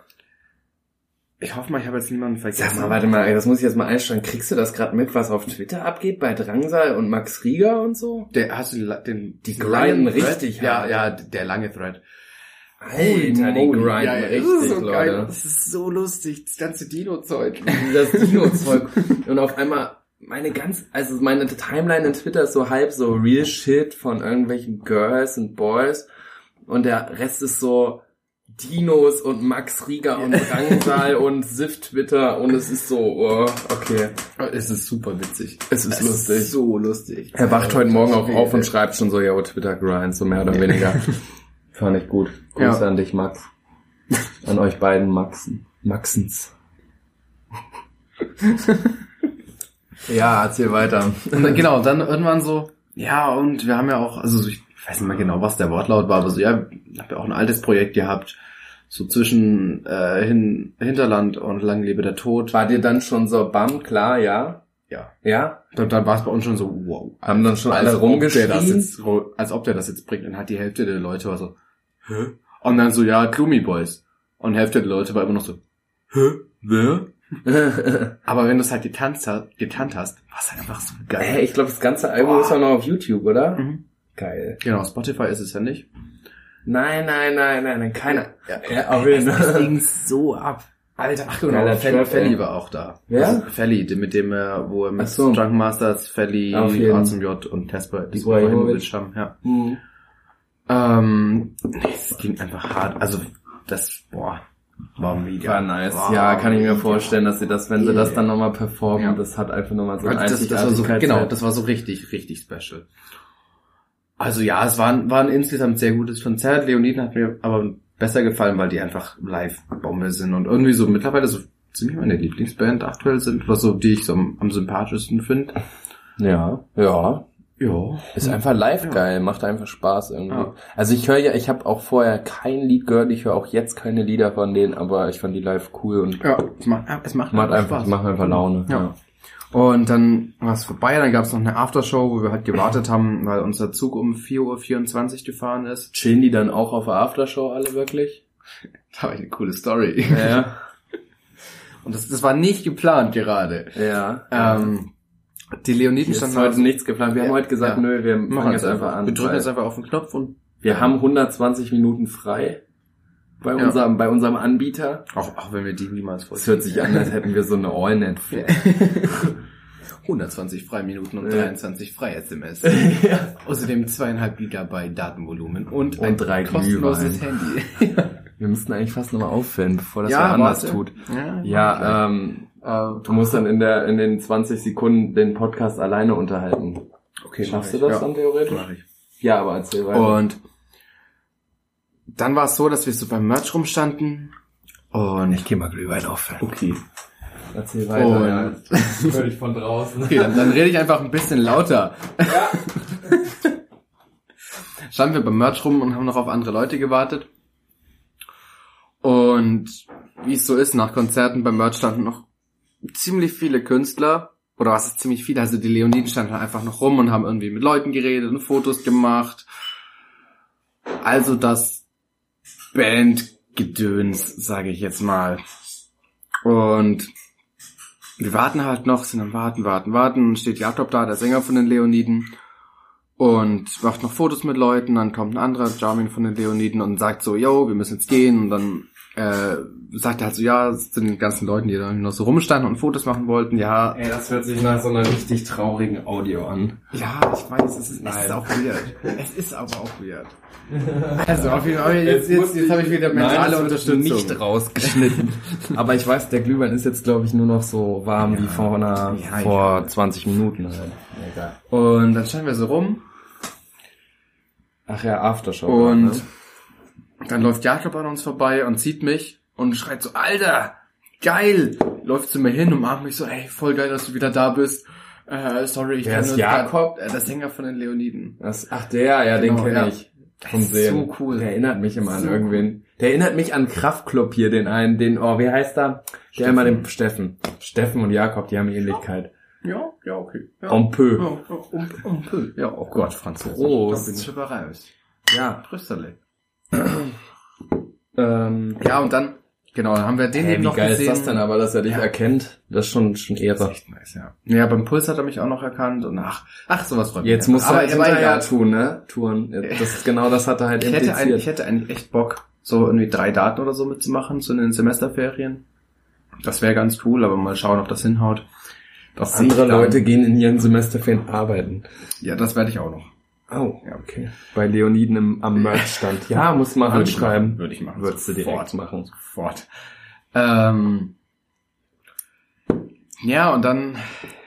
[SPEAKER 2] Ich hoffe mal, ich habe jetzt niemanden vergessen.
[SPEAKER 1] Sag mal, warte mal, ey, das muss ich jetzt mal einstellen. Kriegst du das gerade mit, was auf Twitter abgeht bei Drangsal und Max Rieger und so?
[SPEAKER 2] Der, hast du den, La- den
[SPEAKER 1] Die
[SPEAKER 2] diesen
[SPEAKER 1] grinden
[SPEAKER 2] langen Thread?
[SPEAKER 1] richtig
[SPEAKER 2] Ja,
[SPEAKER 1] hart.
[SPEAKER 2] ja, der lange Thread.
[SPEAKER 1] Alter, die grinden
[SPEAKER 2] Ja, ja,
[SPEAKER 1] richtig,
[SPEAKER 2] das ist so geil.
[SPEAKER 1] Leute.
[SPEAKER 2] Das ist so lustig, das ganze Dino-Zeug.
[SPEAKER 1] das Dino-Zeug. Und auf einmal meine ganz, also meine Timeline in Twitter ist so halb so real shit von irgendwelchen Girls und Boys. Und der Rest ist so Dinos und Max Rieger und Drangsal und Sift-Twitter und es ist so, oh, okay.
[SPEAKER 2] Es ist super witzig.
[SPEAKER 1] Es ist
[SPEAKER 2] Es
[SPEAKER 1] lustig.
[SPEAKER 2] ist so lustig.
[SPEAKER 1] Er wacht heute Morgen auch auf und schreibt
[SPEAKER 2] schreibt.
[SPEAKER 1] schon so, yo, Twitter grind, so mehr oder weniger. Fand ich gut. Grüße
[SPEAKER 2] Ja.
[SPEAKER 1] an dich, Max. An euch beiden Maxen. Maxens.
[SPEAKER 3] Ja, erzähl weiter.
[SPEAKER 2] Und dann, genau, dann irgendwann so, ja, und wir haben ja auch, also so, ich weiß nicht mehr genau, was der Wortlaut war, aber so, ja, ich habe ja auch ein altes Projekt gehabt, so zwischen äh, hin, Hinterland und Lang lebe der Tod.
[SPEAKER 1] War dir dann schon so, bam, klar, ja?
[SPEAKER 2] Ja.
[SPEAKER 1] Ja?
[SPEAKER 2] Dann, dann war es bei uns schon so, wow.
[SPEAKER 1] Haben dann schon alle
[SPEAKER 2] Als ob der das
[SPEAKER 1] rumgeschrien?
[SPEAKER 2] jetzt, ro- als ob der das jetzt bringt. Dann hat die Hälfte der Leute war so, hä? Und dann so, ja, Gloomy Boys. Und die Hälfte der Leute war immer noch so, hä? Wer? Aber wenn du es halt getanzt hast, getannt hast, war es halt einfach so
[SPEAKER 1] Hä,
[SPEAKER 2] geil.
[SPEAKER 1] ich glaube, das ganze Album
[SPEAKER 2] Boah.
[SPEAKER 1] ist auch noch auf YouTube, oder?
[SPEAKER 2] Mhm.
[SPEAKER 1] Geil.
[SPEAKER 2] Genau, Spotify ist es ja nicht.
[SPEAKER 1] Nein, nein, nein, nein, nein, keiner.
[SPEAKER 2] Ja.
[SPEAKER 1] Ja, also auf jeden Fall.
[SPEAKER 2] so ab. Alter, ach
[SPEAKER 1] genau,
[SPEAKER 2] genau, Fel-
[SPEAKER 1] Trap,
[SPEAKER 2] Felly
[SPEAKER 1] ey.
[SPEAKER 2] war auch da.
[SPEAKER 1] Wer?
[SPEAKER 2] Also Felly, die- mit dem, äh, wo er mit
[SPEAKER 1] Ach so.
[SPEAKER 2] Drunk Masters, Felly,
[SPEAKER 1] Auf jeden.
[SPEAKER 2] Arzt und J und Casper, die
[SPEAKER 1] Das war Ibrahimovic.
[SPEAKER 2] Ibrahimovic haben, ja.
[SPEAKER 1] Hm.
[SPEAKER 2] Ähm, nee, es ging einfach hart. Also, das, boah, war mega.
[SPEAKER 1] War nice.
[SPEAKER 2] War
[SPEAKER 1] Ja, kann ich mir
[SPEAKER 2] mega.
[SPEAKER 1] vorstellen, dass sie das, wenn sie
[SPEAKER 2] Yeah.
[SPEAKER 1] das dann nochmal performen,
[SPEAKER 2] Ja.
[SPEAKER 1] das hat einfach nochmal so
[SPEAKER 2] Also
[SPEAKER 1] ein
[SPEAKER 2] das, das war so, genau, das war so richtig, richtig special. Also ja, es war, ein- war ein insgesamt sehr gutes Konzert. Leoniden hat mir aber besser gefallen, weil die einfach Live-Bombe sind und irgendwie so mittlerweile so ziemlich meine Lieblingsband aktuell sind oder so, die ich so am, am sympathischsten finde.
[SPEAKER 1] Ja, Hm. ja.
[SPEAKER 2] Ja.
[SPEAKER 1] Ist einfach live
[SPEAKER 2] Ja.
[SPEAKER 1] geil, macht einfach Spaß irgendwie.
[SPEAKER 2] Ja.
[SPEAKER 1] Also ich höre ja, ich habe auch vorher kein Lied gehört, ich höre auch jetzt keine Lieder von denen, aber ich fand die live cool und
[SPEAKER 2] Ja, es macht, es macht,
[SPEAKER 1] macht einfach,
[SPEAKER 2] Spaß.
[SPEAKER 1] macht einfach Laune.
[SPEAKER 2] Ja. Und dann war es vorbei, dann gab es noch eine Aftershow, wo wir halt gewartet haben, weil unser Zug um 4.24 Uhr gefahren ist.
[SPEAKER 1] Chillen die dann auch auf der Aftershow alle wirklich?
[SPEAKER 2] Da habe ich eine coole Story.
[SPEAKER 1] Ja.
[SPEAKER 2] Und das, das war nicht geplant gerade.
[SPEAKER 1] ja.
[SPEAKER 2] Ähm, die Leoniden
[SPEAKER 1] Hier ist
[SPEAKER 2] standen
[SPEAKER 1] heute
[SPEAKER 2] heute
[SPEAKER 1] nichts geplant. Wir haben
[SPEAKER 2] Ja.
[SPEAKER 1] heute gesagt,
[SPEAKER 2] Ja.
[SPEAKER 1] nö, wir machen jetzt einfach an.
[SPEAKER 2] Wir drücken
[SPEAKER 1] weil
[SPEAKER 2] jetzt einfach auf den Knopf und
[SPEAKER 1] wir haben 120 Minuten frei bei
[SPEAKER 2] Ja.
[SPEAKER 1] unserem, bei unserem Anbieter.
[SPEAKER 2] auch, auch wenn wir die niemals
[SPEAKER 1] Es hört sich an, als hätten wir so eine Allnet.
[SPEAKER 2] 120 Freiminuten und
[SPEAKER 1] Ja.
[SPEAKER 2] 23 frei SMS.
[SPEAKER 1] ja.
[SPEAKER 2] Außerdem zweieinhalb Gigabyte Datenvolumen und,
[SPEAKER 1] Und
[SPEAKER 2] ein
[SPEAKER 1] drei
[SPEAKER 2] kostenloses Handy.
[SPEAKER 1] Wir müssten eigentlich fast nochmal aufhören, bevor das
[SPEAKER 2] Ja,
[SPEAKER 1] wer anders
[SPEAKER 2] warte.
[SPEAKER 1] tut.
[SPEAKER 2] ja,
[SPEAKER 1] Ja, ähm,
[SPEAKER 2] äh,
[SPEAKER 1] du musst dann in der in den 20 Sekunden den Podcast alleine unterhalten.
[SPEAKER 2] okay,
[SPEAKER 1] Schaffst
[SPEAKER 2] äh, mach
[SPEAKER 1] du
[SPEAKER 2] ich,
[SPEAKER 1] das
[SPEAKER 2] ja.
[SPEAKER 1] dann theoretisch?
[SPEAKER 2] Mach ich.
[SPEAKER 1] Ja, aber erzähl weiter.
[SPEAKER 2] Und dann war es so, dass wir so beim Merch rumstanden und ich gehe mal Glühwein auffüllen.
[SPEAKER 1] okay. Erzähl
[SPEAKER 2] Und-
[SPEAKER 1] weiter. ja. Hör dich von draußen.
[SPEAKER 2] Okay, dann, dann rede ich einfach ein bisschen lauter. Standen wir beim Merch rum und haben noch auf andere Leute gewartet. Und wie es so ist, nach Konzerten beim Merch standen noch ziemlich viele Künstler. Oder was ist ziemlich viele? Also die Leoniden standen halt einfach noch rum und haben irgendwie mit Leuten geredet und Fotos gemacht. Also das Bandgedöns, sage ich jetzt mal. Und wir warten halt noch, sind am Warten, warten, warten. Dann steht Jakob da, der Sänger von den Leoniden. Und macht noch Fotos mit Leuten. Dann kommt ein anderer, Jamin von den Leoniden, und sagt so, yo, wir müssen jetzt gehen. Und dann äh, sagt er halt so, ja, es sind die ganzen Leuten, die da irgendwie noch so rumstanden und Fotos machen wollten. Ja,
[SPEAKER 1] Ey, das hört sich nach so einer richtig traurigen Audio an.
[SPEAKER 2] ja, ich weiß, es ist, es ist
[SPEAKER 1] Nein.
[SPEAKER 2] auch weird. Es ist aber auch weird. Also auf jeden Fall, jetzt, jetzt, jetzt habe ich wieder mentale Unterstützung.
[SPEAKER 1] Nicht rausgeschnitten. Aber ich weiß, der Glühwein ist jetzt, glaube ich, nur noch so warm wie vor einer,
[SPEAKER 2] Ja,
[SPEAKER 1] vor 20 Minuten. Halt.
[SPEAKER 2] Und dann standen wir so rum.
[SPEAKER 1] Ach ja, Aftershow.
[SPEAKER 2] Und
[SPEAKER 1] ne?
[SPEAKER 2] dann läuft Jakob an uns vorbei und sieht mich und schreit so, Alter, geil! Läuft zu mir hin, umarmt mich so, ey, voll geil, dass du wieder da bist. Äh, sorry, ich
[SPEAKER 1] Wer ist
[SPEAKER 2] nur-
[SPEAKER 1] Jakob?
[SPEAKER 2] Äh, der Sänger von den Leoniden.
[SPEAKER 1] Das, ach, der, ja, den
[SPEAKER 2] Genau,
[SPEAKER 1] kenne
[SPEAKER 2] ja.
[SPEAKER 1] ich. Vom
[SPEAKER 2] Das ist
[SPEAKER 1] Sehen.
[SPEAKER 2] so cool.
[SPEAKER 1] Der erinnert mich immer
[SPEAKER 2] So
[SPEAKER 1] an irgendwen. Der erinnert mich an Kraftklub hier, den einen, den, oh, wie heißt der? Der immer
[SPEAKER 2] Steffen.
[SPEAKER 1] den Steffen. Steffen und Jakob, die haben Ähnlichkeit.
[SPEAKER 2] Ja, ja, okay. Ja.
[SPEAKER 1] Pompeu.
[SPEAKER 2] Ja, um, um, ja, oh Gott, Franzose.
[SPEAKER 1] Prost.
[SPEAKER 2] Da bin ich überrascht.
[SPEAKER 1] Ja.
[SPEAKER 2] Prösterle.
[SPEAKER 1] Ähm,
[SPEAKER 2] Ja, und dann Genau, dann haben wir den
[SPEAKER 1] Hey,
[SPEAKER 2] eben
[SPEAKER 1] wie
[SPEAKER 2] noch
[SPEAKER 1] geil
[SPEAKER 2] gesehen.
[SPEAKER 1] ist das denn aber, dass er dich
[SPEAKER 2] Ja.
[SPEAKER 1] erkennt? Das ist schon, schon
[SPEAKER 2] Das
[SPEAKER 1] Ehre.
[SPEAKER 2] ist echt nice, ja. Ja, beim Puls hat er mich auch noch erkannt und ach, ach, sowas freut mich.
[SPEAKER 1] Jetzt
[SPEAKER 2] einfach.
[SPEAKER 1] muss er halt
[SPEAKER 2] er war
[SPEAKER 1] hinterher
[SPEAKER 2] egal.
[SPEAKER 1] tun, ne? Touren. Das ist genau das hat er halt
[SPEAKER 2] Ich hätte, eigentlich, ich
[SPEAKER 1] impliziert.
[SPEAKER 2] hätte eigentlich echt Bock, so irgendwie drei Daten oder so mitzumachen, so in den Semesterferien. Das wäre ganz cool, aber mal schauen, ob das hinhaut. Das sehe
[SPEAKER 1] Andere
[SPEAKER 2] ich dann.
[SPEAKER 1] Leute gehen in ihren Semesterferien arbeiten.
[SPEAKER 2] Ja, das werde ich auch noch.
[SPEAKER 1] Oh,
[SPEAKER 2] Ja, okay.
[SPEAKER 1] bei Leoniden im, am Merch-Stand. Ja, muss mal
[SPEAKER 2] Würde ich
[SPEAKER 1] anschreiben.
[SPEAKER 2] machen, Würde ich machen.
[SPEAKER 1] Würdest du direkt
[SPEAKER 2] sofort.
[SPEAKER 1] machen.
[SPEAKER 2] Sofort. Ähm, ja, und dann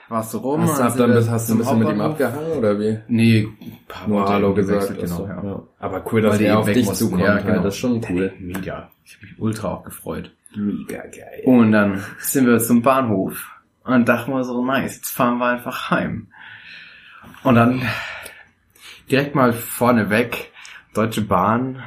[SPEAKER 2] warst du rum.
[SPEAKER 1] Hast du,
[SPEAKER 2] dann
[SPEAKER 1] ab
[SPEAKER 2] Oh, sind
[SPEAKER 1] dann
[SPEAKER 2] wir
[SPEAKER 1] bist, hast du ein
[SPEAKER 2] zum
[SPEAKER 1] bisschen mit ihm
[SPEAKER 2] Hauptbahnhof.
[SPEAKER 1] abgehangen oder wie?
[SPEAKER 2] Nee, ein paar
[SPEAKER 1] Nur
[SPEAKER 2] Worte
[SPEAKER 1] Hallo gesagt.
[SPEAKER 2] gewechselt,
[SPEAKER 1] Genau,
[SPEAKER 2] Genau, ja.
[SPEAKER 1] Aber cool, dass
[SPEAKER 2] Weil die
[SPEAKER 1] er
[SPEAKER 2] eben
[SPEAKER 1] auf
[SPEAKER 2] weg
[SPEAKER 1] dich
[SPEAKER 2] mussten.
[SPEAKER 1] zukommt.
[SPEAKER 2] Ja,
[SPEAKER 1] halt.
[SPEAKER 2] genau.
[SPEAKER 1] Das ist schon cool.
[SPEAKER 2] Mega. Ich habe mich ultra auch gefreut.
[SPEAKER 1] Mega geil.
[SPEAKER 2] Und dann sind wir zum Bahnhof und dachten wir so, nice, jetzt fahren wir einfach heim. Und dann direkt mal vorne weg, Deutsche Bahn.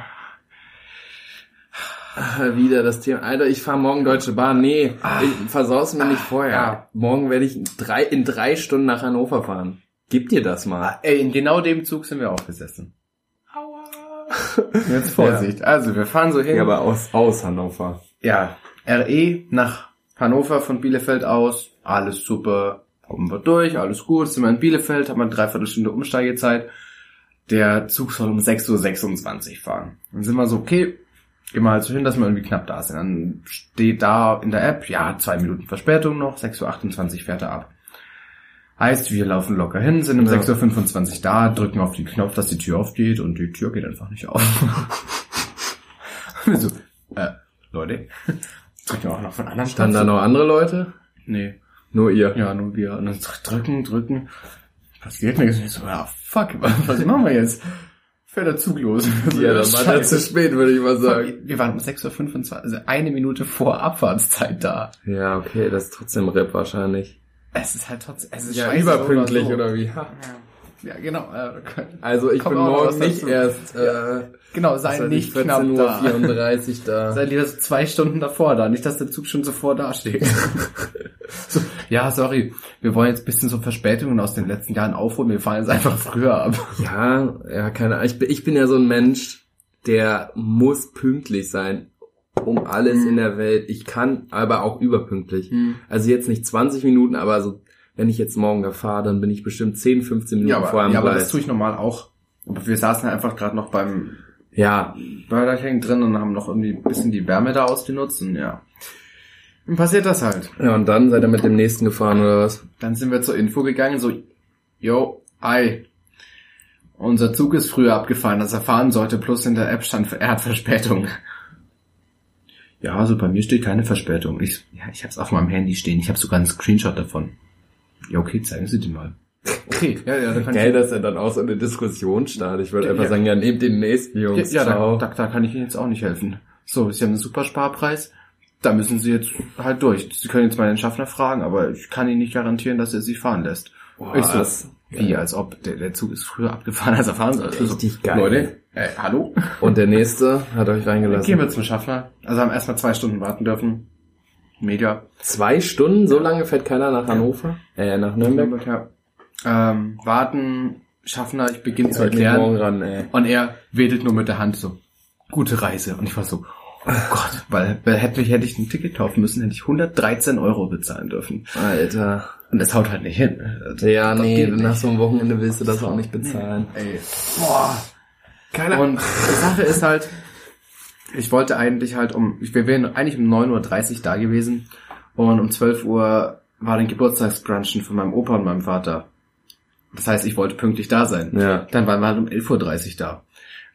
[SPEAKER 1] Ah, Wieder das Thema. Alter, ich fahre morgen Deutsche Bahn. Nee, ich versau's mir nicht vorher.
[SPEAKER 2] ah.
[SPEAKER 1] Morgen werde ich in drei, in drei Stunden nach Hannover fahren. Gib dir das mal.
[SPEAKER 2] Ey, in genau dem Zug sind wir auch gesessen. Jetzt Vorsicht. Also wir fahren so hin.
[SPEAKER 1] Ja, aber aus, aus Hannover.
[SPEAKER 2] ja, RE nach Hannover von Bielefeld aus, alles super, kommen wir durch, alles gut, sind wir in Bielefeld, haben wir eine Dreiviertelstunde Umsteigezeit. Der Zug soll um 6.26 Uhr fahren. Dann sind wir so, okay, gehen wir halt so hin, dass wir irgendwie knapp da sind. Dann steht da in der App, ja, zwei Minuten Verspätung noch, 6.28 Uhr fährt er ab. Heißt, wir laufen locker hin, sind um
[SPEAKER 1] Ja.
[SPEAKER 2] 6.25 Uhr da, drücken auf den Knopf, dass die Tür aufgeht und die Tür geht einfach nicht auf. wir so, äh, Leute, drücken auch noch von anderen
[SPEAKER 1] Dann da
[SPEAKER 2] Stationen.
[SPEAKER 1] noch andere Leute?
[SPEAKER 2] Nee.
[SPEAKER 1] Nur ihr.
[SPEAKER 2] Ja, nur wir. Und dann dr- drücken, drücken. Passiert nichts. Und ich so, ja, fuck, was machen wir jetzt? Fährt der Zug los.
[SPEAKER 1] Ja, dann war der zu spät, würde ich mal sagen.
[SPEAKER 2] Wir waren um 6.25 Uhr, also eine Minute vor Abfahrtszeit da.
[SPEAKER 1] Ja, okay, das ist trotzdem Rip wahrscheinlich.
[SPEAKER 2] Es ist halt trotzdem, es ist
[SPEAKER 1] Ja,
[SPEAKER 2] scheiße, so
[SPEAKER 1] überpünktlich
[SPEAKER 2] so.
[SPEAKER 1] oder, wie?
[SPEAKER 2] Ja, genau. Äh, können-
[SPEAKER 1] Also ich
[SPEAKER 2] Kommt
[SPEAKER 1] bin
[SPEAKER 2] auch noch
[SPEAKER 1] morgen
[SPEAKER 2] was
[SPEAKER 1] nicht
[SPEAKER 2] dazu.
[SPEAKER 1] erst
[SPEAKER 2] Ja.
[SPEAKER 1] äh,
[SPEAKER 2] genau, sei
[SPEAKER 1] was weiß ich,
[SPEAKER 2] nicht knapp da.
[SPEAKER 1] 34 da.
[SPEAKER 2] Sei lieber so zwei Stunden davor da, nicht, dass der Zug schon zuvor dasteht. so, ja, sorry, wir wollen jetzt ein bisschen so Verspätungen aus den letzten Jahren aufholen, wir fahren jetzt einfach früher ab.
[SPEAKER 1] Ja, ja, keine Ahnung. Ich bin, ich bin ja so ein Mensch, der muss pünktlich sein. Um alles
[SPEAKER 2] Mhm.
[SPEAKER 1] in der Welt. Ich kann aber auch überpünktlich. Also jetzt nicht 20 Minuten, aber so, wenn ich jetzt morgen da fahre, dann bin ich bestimmt 10, 15 Minuten
[SPEAKER 2] Ja, aber,
[SPEAKER 1] vorher am
[SPEAKER 2] ja, aber
[SPEAKER 1] Gleis.
[SPEAKER 2] das tue ich normal auch. Aber wir saßen einfach gerade noch beim
[SPEAKER 1] Ja,
[SPEAKER 2] Burger King drin und haben noch irgendwie ein bisschen die Wärme da ausgenutzt und ja. Dann passiert das halt.
[SPEAKER 1] ja, und dann seid ihr mit dem nächsten gefahren oder was?
[SPEAKER 2] Dann sind wir zur Info gegangen, so, yo, ei. Unser Zug ist früher abgefahren, als er fahren sollte, plus in der App stand, er hat Verspätung. Ja, also bei mir steht keine Verspätung. Ich, ja, ich hab's auf meinem Handy stehen. Ich habe sogar einen Screenshot davon. Ja, okay, zeigen Sie den mal. Okay, ja, ja, dann kann
[SPEAKER 1] Geil, dass er dann auch so eine Diskussion startet. Ich würde einfach
[SPEAKER 2] Ja.
[SPEAKER 1] sagen, ja, nehmt den nächsten
[SPEAKER 2] Ja,
[SPEAKER 1] Jungs.
[SPEAKER 2] ja da,
[SPEAKER 1] Ciao.
[SPEAKER 2] da, da kann ich Ihnen jetzt auch nicht helfen. So, Sie haben einen super Sparpreis. Da müssen Sie jetzt halt durch. Sie können jetzt mal den Schaffner fragen, aber ich kann Ihnen nicht garantieren, dass er Sie fahren lässt.
[SPEAKER 1] Boah,
[SPEAKER 2] Ich so,
[SPEAKER 1] das-
[SPEAKER 2] Wie, als ob der, der Zug ist früher abgefahren, als er fahren sollte. Also,
[SPEAKER 1] Richtig geil.
[SPEAKER 2] Leute, äh, hallo?
[SPEAKER 1] Und der nächste hat euch
[SPEAKER 2] Dann
[SPEAKER 1] reingelassen.
[SPEAKER 2] gehen wir zum Schaffner. Also haben erstmal zwei Stunden warten dürfen. Mega.
[SPEAKER 1] Zwei Stunden, so lange fährt keiner nach Hannover? Äh, nach Nürnberg?
[SPEAKER 2] Ja. Ähm, warten, Schaffner, ich beginne zu
[SPEAKER 1] Heute
[SPEAKER 2] erklären.
[SPEAKER 1] morgen ran, ey.
[SPEAKER 2] Und er wedelt nur mit der Hand so, gute Reise. Und ich war so, oh Gott, weil, weil hätte, ich, hätte ich ein Ticket kaufen müssen, hätte ich 113 Euro bezahlen dürfen.
[SPEAKER 1] Alter.
[SPEAKER 2] Und das haut halt nicht hin.
[SPEAKER 1] Ja, nee,
[SPEAKER 2] geht
[SPEAKER 1] nach
[SPEAKER 2] nicht.
[SPEAKER 1] so einem Wochenende willst du das auch nicht bezahlen.
[SPEAKER 2] Ey, boah. Keine Und die Sache ist halt, ich wollte eigentlich halt um, ich- wir wären eigentlich um 9.30 Uhr da gewesen. Und um 12 Uhr war dann Geburtstagsbrunchen von meinem Opa und meinem Vater. Das heißt, ich wollte pünktlich da sein.
[SPEAKER 1] Ja.
[SPEAKER 2] Dann waren wir halt um 11.30 Uhr da.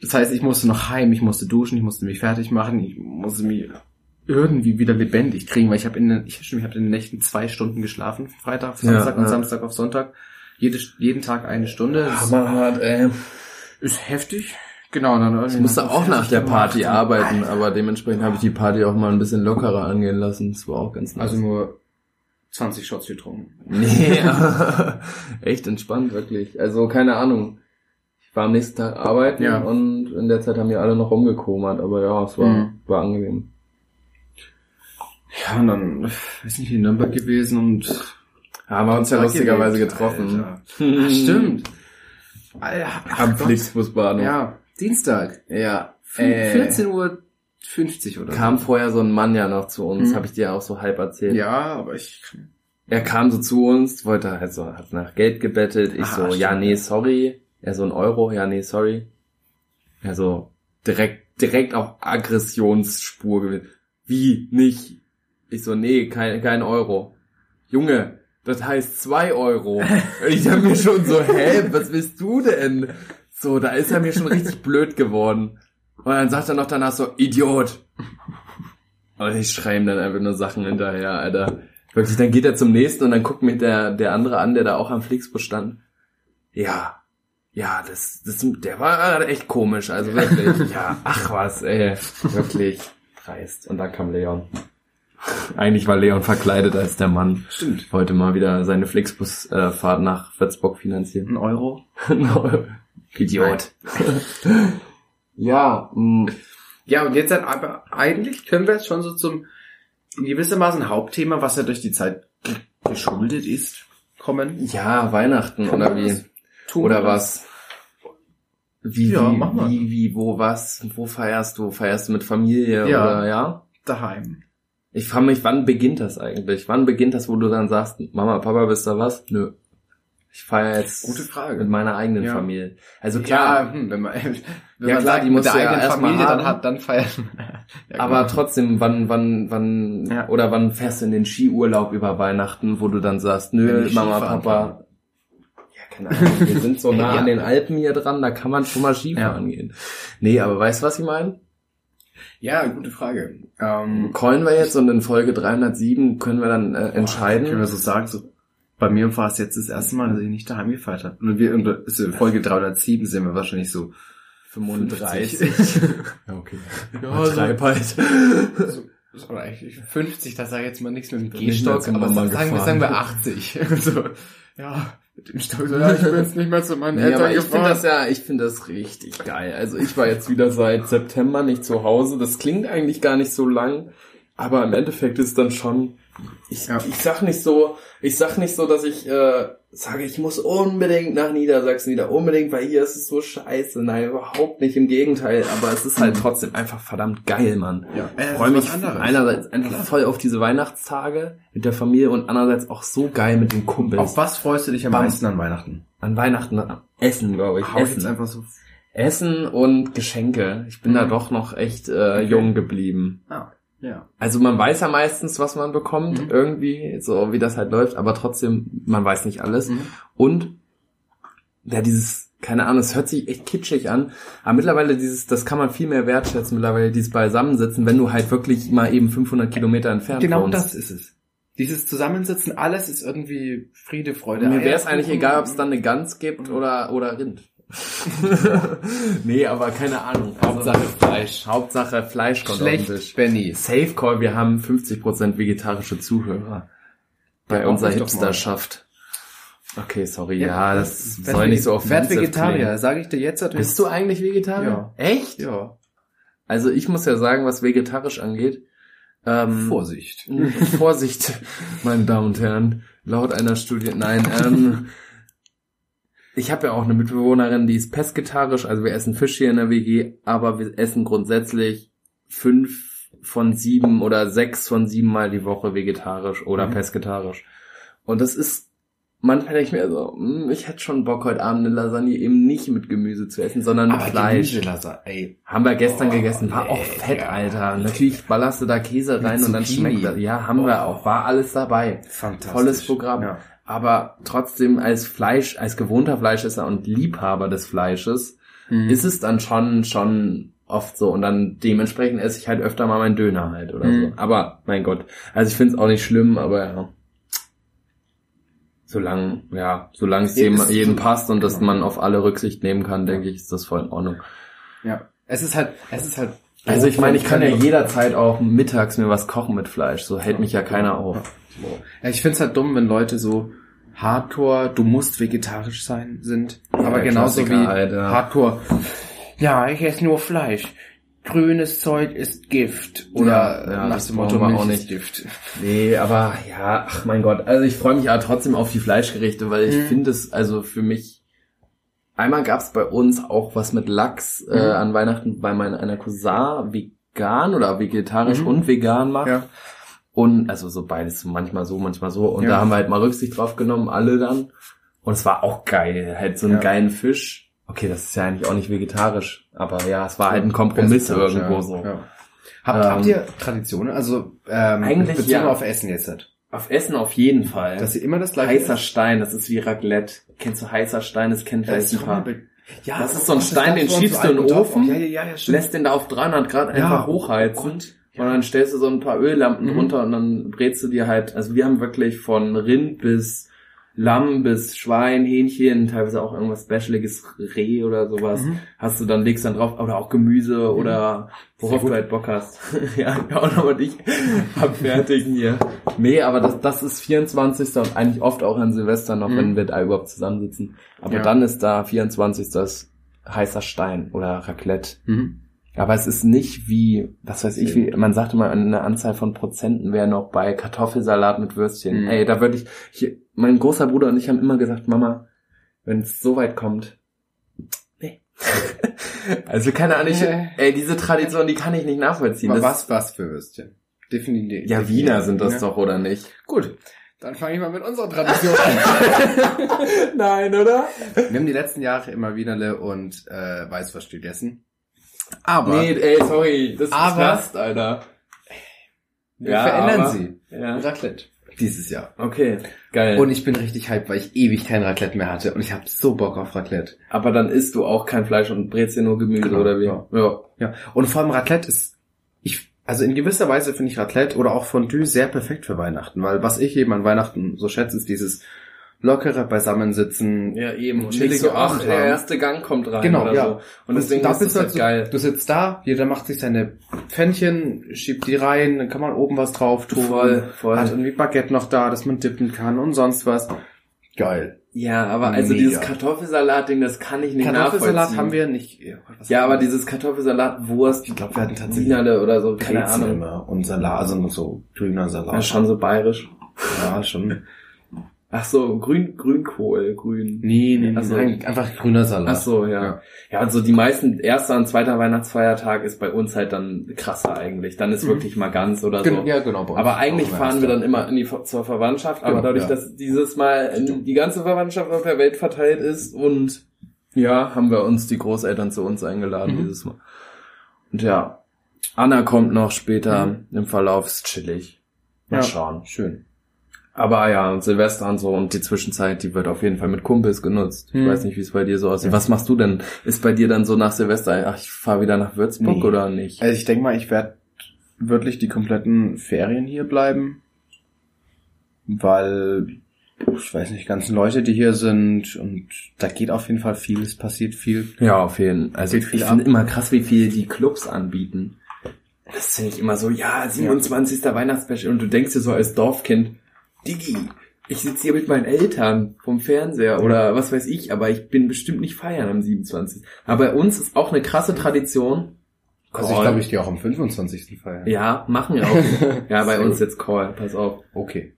[SPEAKER 2] Das heißt, ich musste noch heim, ich musste duschen, ich musste mich fertig machen, ich musste mich irgendwie wieder lebendig kriegen, weil ich habe in, den- ich, stimmt, ich hab in den Nächten zwei Stunden geschlafen, Freitag, auf
[SPEAKER 1] Ja,
[SPEAKER 2] Samstag und
[SPEAKER 1] ja. Ah,
[SPEAKER 2] Samstag auf Sonntag. Jede, jeden Tag eine Stunde. Das
[SPEAKER 1] Hammerhart, ey.
[SPEAKER 2] ist heftig. Genau, und dann irgendwie.
[SPEAKER 1] Ich musste auch nach der Party
[SPEAKER 2] gemacht.
[SPEAKER 1] arbeiten, aber dementsprechend habe ich die Party auch mal ein bisschen lockerer angehen lassen. Das war auch ganz nice.
[SPEAKER 2] Also nur 20 Shots getrunken.
[SPEAKER 1] nee, echt entspannt, wirklich. Also, keine Ahnung. Ich war am nächsten Tag arbeiten
[SPEAKER 2] Ja.
[SPEAKER 1] und in der Zeit haben wir alle noch rumgekomert, aber ja, es war,
[SPEAKER 2] Mhm.
[SPEAKER 1] war angenehm.
[SPEAKER 2] Ja, und dann, weiß nicht, in Nürnberg gewesen und
[SPEAKER 1] Haben wir uns ja lustigerweise getroffen.
[SPEAKER 2] Alter. Ach, stimmt. Alter, ach
[SPEAKER 1] Am
[SPEAKER 2] Gott.
[SPEAKER 1] Flixbusbahnhof.
[SPEAKER 2] Ja, Dienstag.
[SPEAKER 1] Ja.
[SPEAKER 2] Äh. 14 Uhr 50 oder
[SPEAKER 1] Kam vorher so ein Mann ja noch zu uns,
[SPEAKER 2] Mhm.
[SPEAKER 1] habe ich dir auch so halb
[SPEAKER 2] so.
[SPEAKER 1] erzählt.
[SPEAKER 2] Ja, aber ich kann.
[SPEAKER 1] Er kam so zu uns, wollte halt so, hat nach Geld gebettelt. Ich
[SPEAKER 2] Ah,
[SPEAKER 1] so,
[SPEAKER 2] stimmt,
[SPEAKER 1] ja, nee,
[SPEAKER 2] ja.
[SPEAKER 1] sorry. Er so, ein Euro, ja, nee, sorry. Er so, direkt, direkt auf Aggressionsspur gewesen. Wie, nicht? Ich so, nee, kein, kein Euro. Junge, das heißt zwei Euro. Und ich hab mir schon so, hä, was willst du denn? So, da ist er mir schon richtig blöd geworden. Und dann sagt er noch danach so, Idiot. Und ich schreie ihm dann einfach nur Sachen hinterher, Alter. Wirklich, dann geht er zum nächsten und dann guckt mir der, der andere an, der da auch am Flixbus stand. Ja. Ja, das, das, der war echt komisch, also wirklich. Ja, ach was, ey. Wirklich. Dreist. Und dann kam Leon. Eigentlich war Leon verkleidet als der Mann.
[SPEAKER 2] Stimmt.
[SPEAKER 1] Wollte mal wieder seine Flixbus-Fahrt nach Würzburg finanzieren.
[SPEAKER 2] Ein Euro.
[SPEAKER 1] Idiot. ja, mm,
[SPEAKER 2] Ja, und jetzt dann aber eigentlich können wir jetzt schon so zum in gewissermaßen Hauptthema, was ja durch die Zeit ge- geschuldet ist, kommen.
[SPEAKER 1] ja, Weihnachten
[SPEAKER 2] Kann
[SPEAKER 1] oder
[SPEAKER 2] man
[SPEAKER 1] wie?
[SPEAKER 2] das Tun
[SPEAKER 1] Oder
[SPEAKER 2] wir
[SPEAKER 1] was? Wie,
[SPEAKER 2] Ja,
[SPEAKER 1] wie,
[SPEAKER 2] mach mal.
[SPEAKER 1] wie, wie, wo, was, wo feierst du? Feierst du mit Familie
[SPEAKER 2] Ja.
[SPEAKER 1] oder ja?
[SPEAKER 2] das Daheim.
[SPEAKER 1] Ich frage mich, wann beginnt das eigentlich? Wann beginnt das, wo du dann sagst, Mama, Papa, bist du was? Nö. Ich feier jetzt
[SPEAKER 2] Gute Frage.
[SPEAKER 1] mit meiner eigenen
[SPEAKER 2] Ja.
[SPEAKER 1] Familie. Also klar,
[SPEAKER 2] ja, hm, wenn man, wenn
[SPEAKER 1] Ja, klar, die musst du ja erst mal
[SPEAKER 2] dann
[SPEAKER 1] haben.
[SPEAKER 2] hat, dann feiert man. Ja, genau.
[SPEAKER 1] aber
[SPEAKER 2] gut.
[SPEAKER 1] trotzdem, wann, wann, wann,
[SPEAKER 2] Ja.
[SPEAKER 1] oder wann fährst du in den Skiurlaub über Weihnachten, wo du dann sagst,
[SPEAKER 2] Wenn
[SPEAKER 1] nö,
[SPEAKER 2] ich
[SPEAKER 1] Mama,
[SPEAKER 2] Skifahren
[SPEAKER 1] Papa. Ja, keine Ahnung, wir sind so nah
[SPEAKER 2] Ja.
[SPEAKER 1] an den Alpen hier dran, da kann man schon mal Skifahren gehen. Nee, aber weißt du, was ich meine?
[SPEAKER 2] ja, gute Frage. Ähm,
[SPEAKER 1] Callen wir jetzt und in Folge 307 können wir dann äh,
[SPEAKER 2] Können
[SPEAKER 1] entscheiden.
[SPEAKER 2] wir so sagen, so, bei mir war es jetzt das erste Mal, dass ich nicht daheim gefeiert habe. Und wir, und es ist Folge 307 sind wir wahrscheinlich so. 50.
[SPEAKER 1] ja, okay.
[SPEAKER 2] Ja, so-
[SPEAKER 1] Treib halt.
[SPEAKER 2] so, so eigentlich 50, da sage ich jetzt mal nichts mit dem
[SPEAKER 1] Bin nicht mehr
[SPEAKER 2] Gehstock,
[SPEAKER 1] zum
[SPEAKER 2] aber
[SPEAKER 1] Mama
[SPEAKER 2] sagen, sagen wir,
[SPEAKER 1] gefahren.
[SPEAKER 2] sagen wir 80. so, ja, mit dem Stock, so, ja, ich bin jetzt nicht mehr zu meinen
[SPEAKER 1] Nee,
[SPEAKER 2] Eltern
[SPEAKER 1] aber ich finde
[SPEAKER 2] gefahren.
[SPEAKER 1] das ja, ich finde das richtig geil. Also ich war jetzt wieder seit September nicht zu Hause. Das klingt eigentlich gar nicht so lang, aber im Endeffekt ist dann schon. Ich,
[SPEAKER 2] Ja.
[SPEAKER 1] ich sag nicht so, ich sag nicht so, dass ich äh, sage, ich muss unbedingt nach Niedersachsen wieder, unbedingt, weil hier ist es so scheiße. Nein, überhaupt nicht. Im Gegenteil, aber es ist halt trotzdem einfach verdammt geil, Mann.
[SPEAKER 2] ja,
[SPEAKER 1] Ich
[SPEAKER 2] äh,
[SPEAKER 1] freue mich
[SPEAKER 2] einer
[SPEAKER 1] einerseits einfach voll auf diese Weihnachtstage mit der Familie und andererseits auch so geil mit den Kumpels.
[SPEAKER 2] Auf was freust du dich am
[SPEAKER 1] Bam.
[SPEAKER 2] meisten an Weihnachten?
[SPEAKER 1] An Weihnachten an Essen, glaube ich.
[SPEAKER 2] Hau ich jetzt
[SPEAKER 1] Essen.
[SPEAKER 2] einfach so.
[SPEAKER 1] Essen und Geschenke. Ich bin da
[SPEAKER 2] Mhm.
[SPEAKER 1] doch noch echt äh, jung geblieben.
[SPEAKER 2] Ah, ja.
[SPEAKER 1] Also man weiß ja meistens, was man bekommt,
[SPEAKER 2] Mhm.
[SPEAKER 1] irgendwie, so wie das halt läuft, aber trotzdem, man weiß nicht alles.
[SPEAKER 2] Mhm.
[SPEAKER 1] Und ja, dieses, keine Ahnung, es hört sich echt kitschig an, aber mittlerweile dieses, das kann man viel mehr wertschätzen, mittlerweile dieses Beisammensitzen, wenn du halt wirklich mal eben 500 Kilometer entfernt
[SPEAKER 2] Genau
[SPEAKER 1] wohnst.
[SPEAKER 2] das ist es. Dieses Zusammensitzen, alles ist irgendwie Friede, Freude.
[SPEAKER 1] Mir wäre es
[SPEAKER 2] Eierkuchen.
[SPEAKER 1] eigentlich egal, ob es dann eine Gans gibt oder, oder Rind. Mhm. nee, aber keine Ahnung. Also,
[SPEAKER 2] Hauptsache Fleisch.
[SPEAKER 1] Hauptsache Fleisch kommt auf den
[SPEAKER 2] Schlecht,
[SPEAKER 1] Tisch.
[SPEAKER 2] Benny.
[SPEAKER 1] Safe Call, wir haben 50% vegetarische Zuhörer. Bei
[SPEAKER 2] Ja,
[SPEAKER 1] unserer
[SPEAKER 2] hoffe ich doch mal.
[SPEAKER 1] Hipsterschaft. Okay, sorry,
[SPEAKER 2] Ja,
[SPEAKER 1] ja, das
[SPEAKER 2] Werd
[SPEAKER 1] soll nicht so
[SPEAKER 2] Vege-
[SPEAKER 1] auf
[SPEAKER 2] Werd Vegetarier, sage ich dir jetzt natürlich.
[SPEAKER 1] Bist du eigentlich Vegetarier? Echt?
[SPEAKER 2] Ja.
[SPEAKER 1] Also ich muss ja sagen, was vegetarisch angeht. Ähm,
[SPEAKER 2] Vorsicht.
[SPEAKER 1] Vorsicht, meine Damen und Herren, laut einer Studie. Nein, ähm, ich habe ja auch eine Mitbewohnerin, die ist pesketarisch, also wir essen Fisch hier in der WG, aber wir essen grundsätzlich fünf von sieben oder sechs von sieben Mal die Woche vegetarisch oder
[SPEAKER 2] Mhm.
[SPEAKER 1] pesketarisch. Und das ist manchmal denke ich mir so, hm, ich hätte schon Bock heute Abend eine Lasagne eben nicht mit Gemüse zu essen, sondern mit Fleisch.
[SPEAKER 2] Gemüselasagne, ey.
[SPEAKER 1] Haben wir gestern
[SPEAKER 2] Oh,
[SPEAKER 1] gegessen, war auch
[SPEAKER 2] lecker.
[SPEAKER 1] fett, Alter. Natürlich ballerst du da Käse
[SPEAKER 2] Mit
[SPEAKER 1] rein und dann
[SPEAKER 2] Zucchini.
[SPEAKER 1] schmeckt das. Ja, haben wir
[SPEAKER 2] Oh.
[SPEAKER 1] auch, war alles dabei.
[SPEAKER 2] Fantastisch.
[SPEAKER 1] Volles Programm.
[SPEAKER 2] Ja.
[SPEAKER 1] Aber trotzdem als Fleisch, als gewohnter Fleischesser und Liebhaber des Fleisches
[SPEAKER 2] Mhm.
[SPEAKER 1] ist es dann schon, schon oft so. Und dann dementsprechend esse ich halt öfter mal meinen Döner halt oder
[SPEAKER 2] Mhm.
[SPEAKER 1] so. Aber, mein Gott. Also ich finde es auch nicht schlimm, aber ja. Solange, ja, solange es
[SPEAKER 2] Ja,
[SPEAKER 1] jedem,
[SPEAKER 2] ist-
[SPEAKER 1] jedem passt und dass
[SPEAKER 2] genau.
[SPEAKER 1] man auf alle Rücksicht nehmen kann, denke ich, ist das voll in Ordnung.
[SPEAKER 2] ja. Es ist halt, es ist halt.
[SPEAKER 1] Also ich meine, ich kann ja jederzeit auch mittags mir was kochen mit Fleisch. So hält mich ja keiner auf.
[SPEAKER 2] Ja, ich find's halt dumm, wenn Leute so Hardcore, du musst vegetarisch sein, sind. aber
[SPEAKER 1] der
[SPEAKER 2] genauso wie
[SPEAKER 1] Klassiker halt, ja.
[SPEAKER 2] Hardcore. Ja, ich esse nur Fleisch. Grünes Zeug ist Gift. Oder äh,
[SPEAKER 1] Ja, ja,
[SPEAKER 2] nach
[SPEAKER 1] das
[SPEAKER 2] dem Motto
[SPEAKER 1] brauchen wir
[SPEAKER 2] Milch
[SPEAKER 1] auch
[SPEAKER 2] ist
[SPEAKER 1] nicht.
[SPEAKER 2] Gift.
[SPEAKER 1] Nee, aber ja, ach mein Gott. Also ich freue mich ja trotzdem auf die Fleischgerichte, weil ich
[SPEAKER 2] Mhm.
[SPEAKER 1] finde es, also für mich, einmal gab's bei uns auch was mit Lachs äh,
[SPEAKER 2] Mhm.
[SPEAKER 1] an Weihnachten bei meiner einer Cousin, wie vegan oder vegetarisch
[SPEAKER 2] Mhm.
[SPEAKER 1] und vegan macht.
[SPEAKER 2] Ja.
[SPEAKER 1] Und also so beides, manchmal so, manchmal so. Und
[SPEAKER 2] Ja.
[SPEAKER 1] da haben wir halt mal Rücksicht drauf genommen, alle dann. Und es war auch geil, halt so einen
[SPEAKER 2] Ja.
[SPEAKER 1] geilen Fisch. Okay, das ist ja eigentlich auch nicht vegetarisch, aber ja, es war halt ein Kompromiss
[SPEAKER 2] Ja,
[SPEAKER 1] irgendwo
[SPEAKER 2] ja,
[SPEAKER 1] so.
[SPEAKER 2] Ja. Habt,
[SPEAKER 1] Ähm,
[SPEAKER 2] habt ihr Traditionen? Also ähm,
[SPEAKER 1] Eigentlich
[SPEAKER 2] bezogen
[SPEAKER 1] ja.
[SPEAKER 2] auf Essen jetzt halt.
[SPEAKER 1] Auf Essen auf jeden Fall.
[SPEAKER 2] Dass ihr immer das gleiche
[SPEAKER 1] heißer Stein, das ist wie Raclette. Kennst du heißer Stein? Das kennt
[SPEAKER 2] Das
[SPEAKER 1] vielleicht
[SPEAKER 2] ist
[SPEAKER 1] ein
[SPEAKER 2] doch mal
[SPEAKER 1] paar.
[SPEAKER 2] be- ja,
[SPEAKER 1] Das ist so ein
[SPEAKER 2] das
[SPEAKER 1] Stein,
[SPEAKER 2] gab's
[SPEAKER 1] den
[SPEAKER 2] bei uns
[SPEAKER 1] schiebst
[SPEAKER 2] im
[SPEAKER 1] du in den
[SPEAKER 2] alten Dorf.
[SPEAKER 1] Ofen,
[SPEAKER 2] Ja, ja, ja, ja, stimmt.
[SPEAKER 1] lässt den da auf 300 Grad einfach
[SPEAKER 2] Ja.
[SPEAKER 1] hochheizen.
[SPEAKER 2] Und?
[SPEAKER 1] Und dann stellst du so ein paar Öllampen
[SPEAKER 2] Mhm.
[SPEAKER 1] drunter und dann brätst du dir halt, also wir haben wirklich von Rind bis Lamm bis Schwein, Hähnchen, teilweise auch irgendwas Specialiges, Reh oder sowas.
[SPEAKER 2] Mhm.
[SPEAKER 1] Hast du dann, legst dann drauf, oder auch Gemüse oder worauf
[SPEAKER 2] gut.
[SPEAKER 1] du halt Bock hast. ja, ja, und aber dich abfertigen hier. Nee, aber das, das ist 24. und eigentlich oft auch an Silvester noch,
[SPEAKER 2] Mhm.
[SPEAKER 1] wenn wir da überhaupt zusammensitzen. Aber
[SPEAKER 2] Ja.
[SPEAKER 1] dann ist da 24. das heißer Stein oder Raclette.
[SPEAKER 2] Mhm.
[SPEAKER 1] Aber es ist nicht wie, was weiß ich, wie, man sagte mal, eine Anzahl von Prozenten wäre noch bei Kartoffelsalat mit Würstchen.
[SPEAKER 2] Mhm.
[SPEAKER 1] Ey, da würde ich, ich, mein großer Bruder und ich haben immer gesagt, Mama, wenn es so weit kommt, nee. also keine Ahnung, ich,
[SPEAKER 2] Nee.
[SPEAKER 1] ey, diese Tradition, die kann ich nicht nachvollziehen.
[SPEAKER 2] Aber
[SPEAKER 1] Das-
[SPEAKER 2] was, was für Würstchen? Definitiv.
[SPEAKER 1] Ja, Wiener sind das
[SPEAKER 2] Ja.
[SPEAKER 1] doch, oder nicht?
[SPEAKER 2] Gut. Dann fange ich mal mit unserer Tradition an.
[SPEAKER 1] Nein, oder?
[SPEAKER 2] Wir haben die letzten Jahre immer Wienerle und äh, Weißwurst gegessen. Aber
[SPEAKER 1] Nee, ey, sorry, das
[SPEAKER 2] Aber-
[SPEAKER 1] ist Knast, Alter.
[SPEAKER 2] wir verändern
[SPEAKER 1] aber-
[SPEAKER 2] sie.
[SPEAKER 1] Ja.
[SPEAKER 2] Raclette. Dieses Jahr.
[SPEAKER 1] Okay, geil.
[SPEAKER 2] Und ich bin richtig hyped, weil ich ewig kein Raclette mehr hatte. Und ich habe so Bock auf Raclette.
[SPEAKER 1] aber dann isst du auch kein Fleisch und brätst dir nur Gemüse,
[SPEAKER 2] Genau,
[SPEAKER 1] oder wie?
[SPEAKER 2] ja.
[SPEAKER 1] ja.
[SPEAKER 2] Ja. Und vor allem Raclette ist. Ich, also in gewisser Weise finde ich Raclette oder auch Fondue sehr perfekt für Weihnachten. Weil was ich eben an Weihnachten so schätze, ist dieses lockere Beisammensitzen.
[SPEAKER 1] Ja, eben. Und
[SPEAKER 2] Chillige
[SPEAKER 1] nicht so, ach,
[SPEAKER 2] Abend
[SPEAKER 1] der
[SPEAKER 2] haben.
[SPEAKER 1] erste Gang kommt rein.
[SPEAKER 2] Genau,
[SPEAKER 1] oder
[SPEAKER 2] ja.
[SPEAKER 1] So. Und deswegen ist das halt
[SPEAKER 2] so,
[SPEAKER 1] geil.
[SPEAKER 2] Du sitzt da, jeder macht sich seine Pfännchen, schiebt die rein, dann kann man oben was drauf tun.
[SPEAKER 1] Voll, voll.
[SPEAKER 2] Hat irgendwie Baguette noch da, dass man dippen kann und sonst was. Geil.
[SPEAKER 1] Ja, aber also
[SPEAKER 2] Mega.
[SPEAKER 1] dieses Kartoffelsalat-Ding, das kann ich nicht
[SPEAKER 2] Kartoffelsalat
[SPEAKER 1] nachvollziehen.
[SPEAKER 2] haben wir nicht. Ja, was
[SPEAKER 1] Ja,
[SPEAKER 2] haben
[SPEAKER 1] aber
[SPEAKER 2] wir?
[SPEAKER 1] dieses Kartoffelsalat-Wurst,
[SPEAKER 2] Ich glaube, wir hatten tatsächlich
[SPEAKER 1] Wienerle oder so, keine
[SPEAKER 2] Brezen
[SPEAKER 1] Ahnung.
[SPEAKER 2] immer und Salat, also nur so grüner Salat.
[SPEAKER 1] Ja, schon so bayerisch.
[SPEAKER 2] Ja, schon.
[SPEAKER 1] Ach so, Grün, Grünkohl, Grün.
[SPEAKER 2] Nee, nee, nee,
[SPEAKER 1] Ach so.
[SPEAKER 2] nein, Also einfach grüner Salat.
[SPEAKER 1] Ach so, ja. ja.
[SPEAKER 2] Ja.
[SPEAKER 1] also die meisten, erster und zweiter Weihnachtsfeiertag ist bei uns halt dann krasser eigentlich. Dann ist
[SPEAKER 2] Mhm.
[SPEAKER 1] wirklich mal ganz oder so.
[SPEAKER 2] Gen- ja, genau. bei uns.
[SPEAKER 1] Aber eigentlich
[SPEAKER 2] Auch
[SPEAKER 1] fahren wir dann
[SPEAKER 2] Weihnachten.
[SPEAKER 1] immer in die, zur Verwandtschaft, aber
[SPEAKER 2] Genau,
[SPEAKER 1] dadurch,
[SPEAKER 2] ja.
[SPEAKER 1] dass dieses Mal äh, die ganze Verwandtschaft auf der Welt verteilt ist und ja, haben wir uns die Großeltern zu uns eingeladen
[SPEAKER 2] Mhm.
[SPEAKER 1] dieses Mal. Und ja, Anna kommt noch später
[SPEAKER 2] Mhm.
[SPEAKER 1] im Verlauf, ist chillig. Mal
[SPEAKER 2] Ja.
[SPEAKER 1] schauen.
[SPEAKER 2] Schön.
[SPEAKER 1] Aber ja, und Silvester und so und die Zwischenzeit, die wird auf jeden Fall mit Kumpels genutzt. Ich
[SPEAKER 2] Mhm.
[SPEAKER 1] weiß nicht, wie es bei dir so aussieht.
[SPEAKER 2] Ja.
[SPEAKER 1] Was machst du denn? Ist bei dir dann so nach Silvester, ach, ich fahr wieder nach Würzburg
[SPEAKER 2] Nee.
[SPEAKER 1] oder nicht?
[SPEAKER 2] Also ich denke mal, ich werde wirklich die kompletten Ferien hier bleiben, weil ich weiß nicht, ganzen Leute, die hier sind und da geht auf jeden Fall viel, es passiert viel.
[SPEAKER 1] Ja, auf jeden Fall. Also
[SPEAKER 2] Geht
[SPEAKER 1] ich
[SPEAKER 2] viel
[SPEAKER 1] finde
[SPEAKER 2] ab.
[SPEAKER 1] immer krass, wie viel die Clubs anbieten. Das finde ich immer so, ja, 27. Weihnachtsspecial und du denkst dir so als Dorfkind, Digi, ich sitze hier mit meinen Eltern vom Fernseher oder was weiß ich, aber ich bin bestimmt nicht feiern am 27. Aber bei uns ist auch eine krasse Tradition.
[SPEAKER 2] Also ich glaube, ich gehe auch am 25. feiern.
[SPEAKER 1] Ja, machen wir auch. ja, bei
[SPEAKER 2] Sehr
[SPEAKER 1] uns
[SPEAKER 2] gut.
[SPEAKER 1] jetzt Call, pass auf.
[SPEAKER 2] Okay.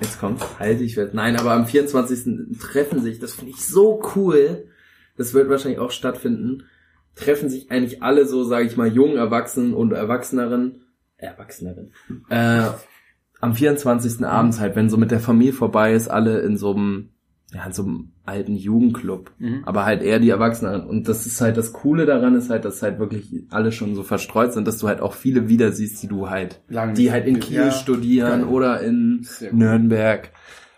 [SPEAKER 1] Jetzt kommt halt ich werde. Nein, aber am 24. treffen sich, das finde ich so cool. Das wird wahrscheinlich auch stattfinden. Treffen sich eigentlich alle so, sage ich mal, jungen Erwachsenen und Erwachsenerinnen, Erwachsenerinnen. Äh, am 24. abends halt, wenn so mit der Familie vorbei ist, alle in so einem ja, in so einem alten Jugendclub,
[SPEAKER 2] Mhm.
[SPEAKER 1] aber halt eher die Erwachsenen. Und das ist halt das Coole daran, ist halt, dass halt wirklich alle schon so verstreut sind, dass du halt auch viele wieder siehst, die du halt
[SPEAKER 2] Lang
[SPEAKER 1] die halt in Kiel studieren
[SPEAKER 2] Geil.
[SPEAKER 1] oder in
[SPEAKER 2] Sehr gut.
[SPEAKER 1] Nürnberg.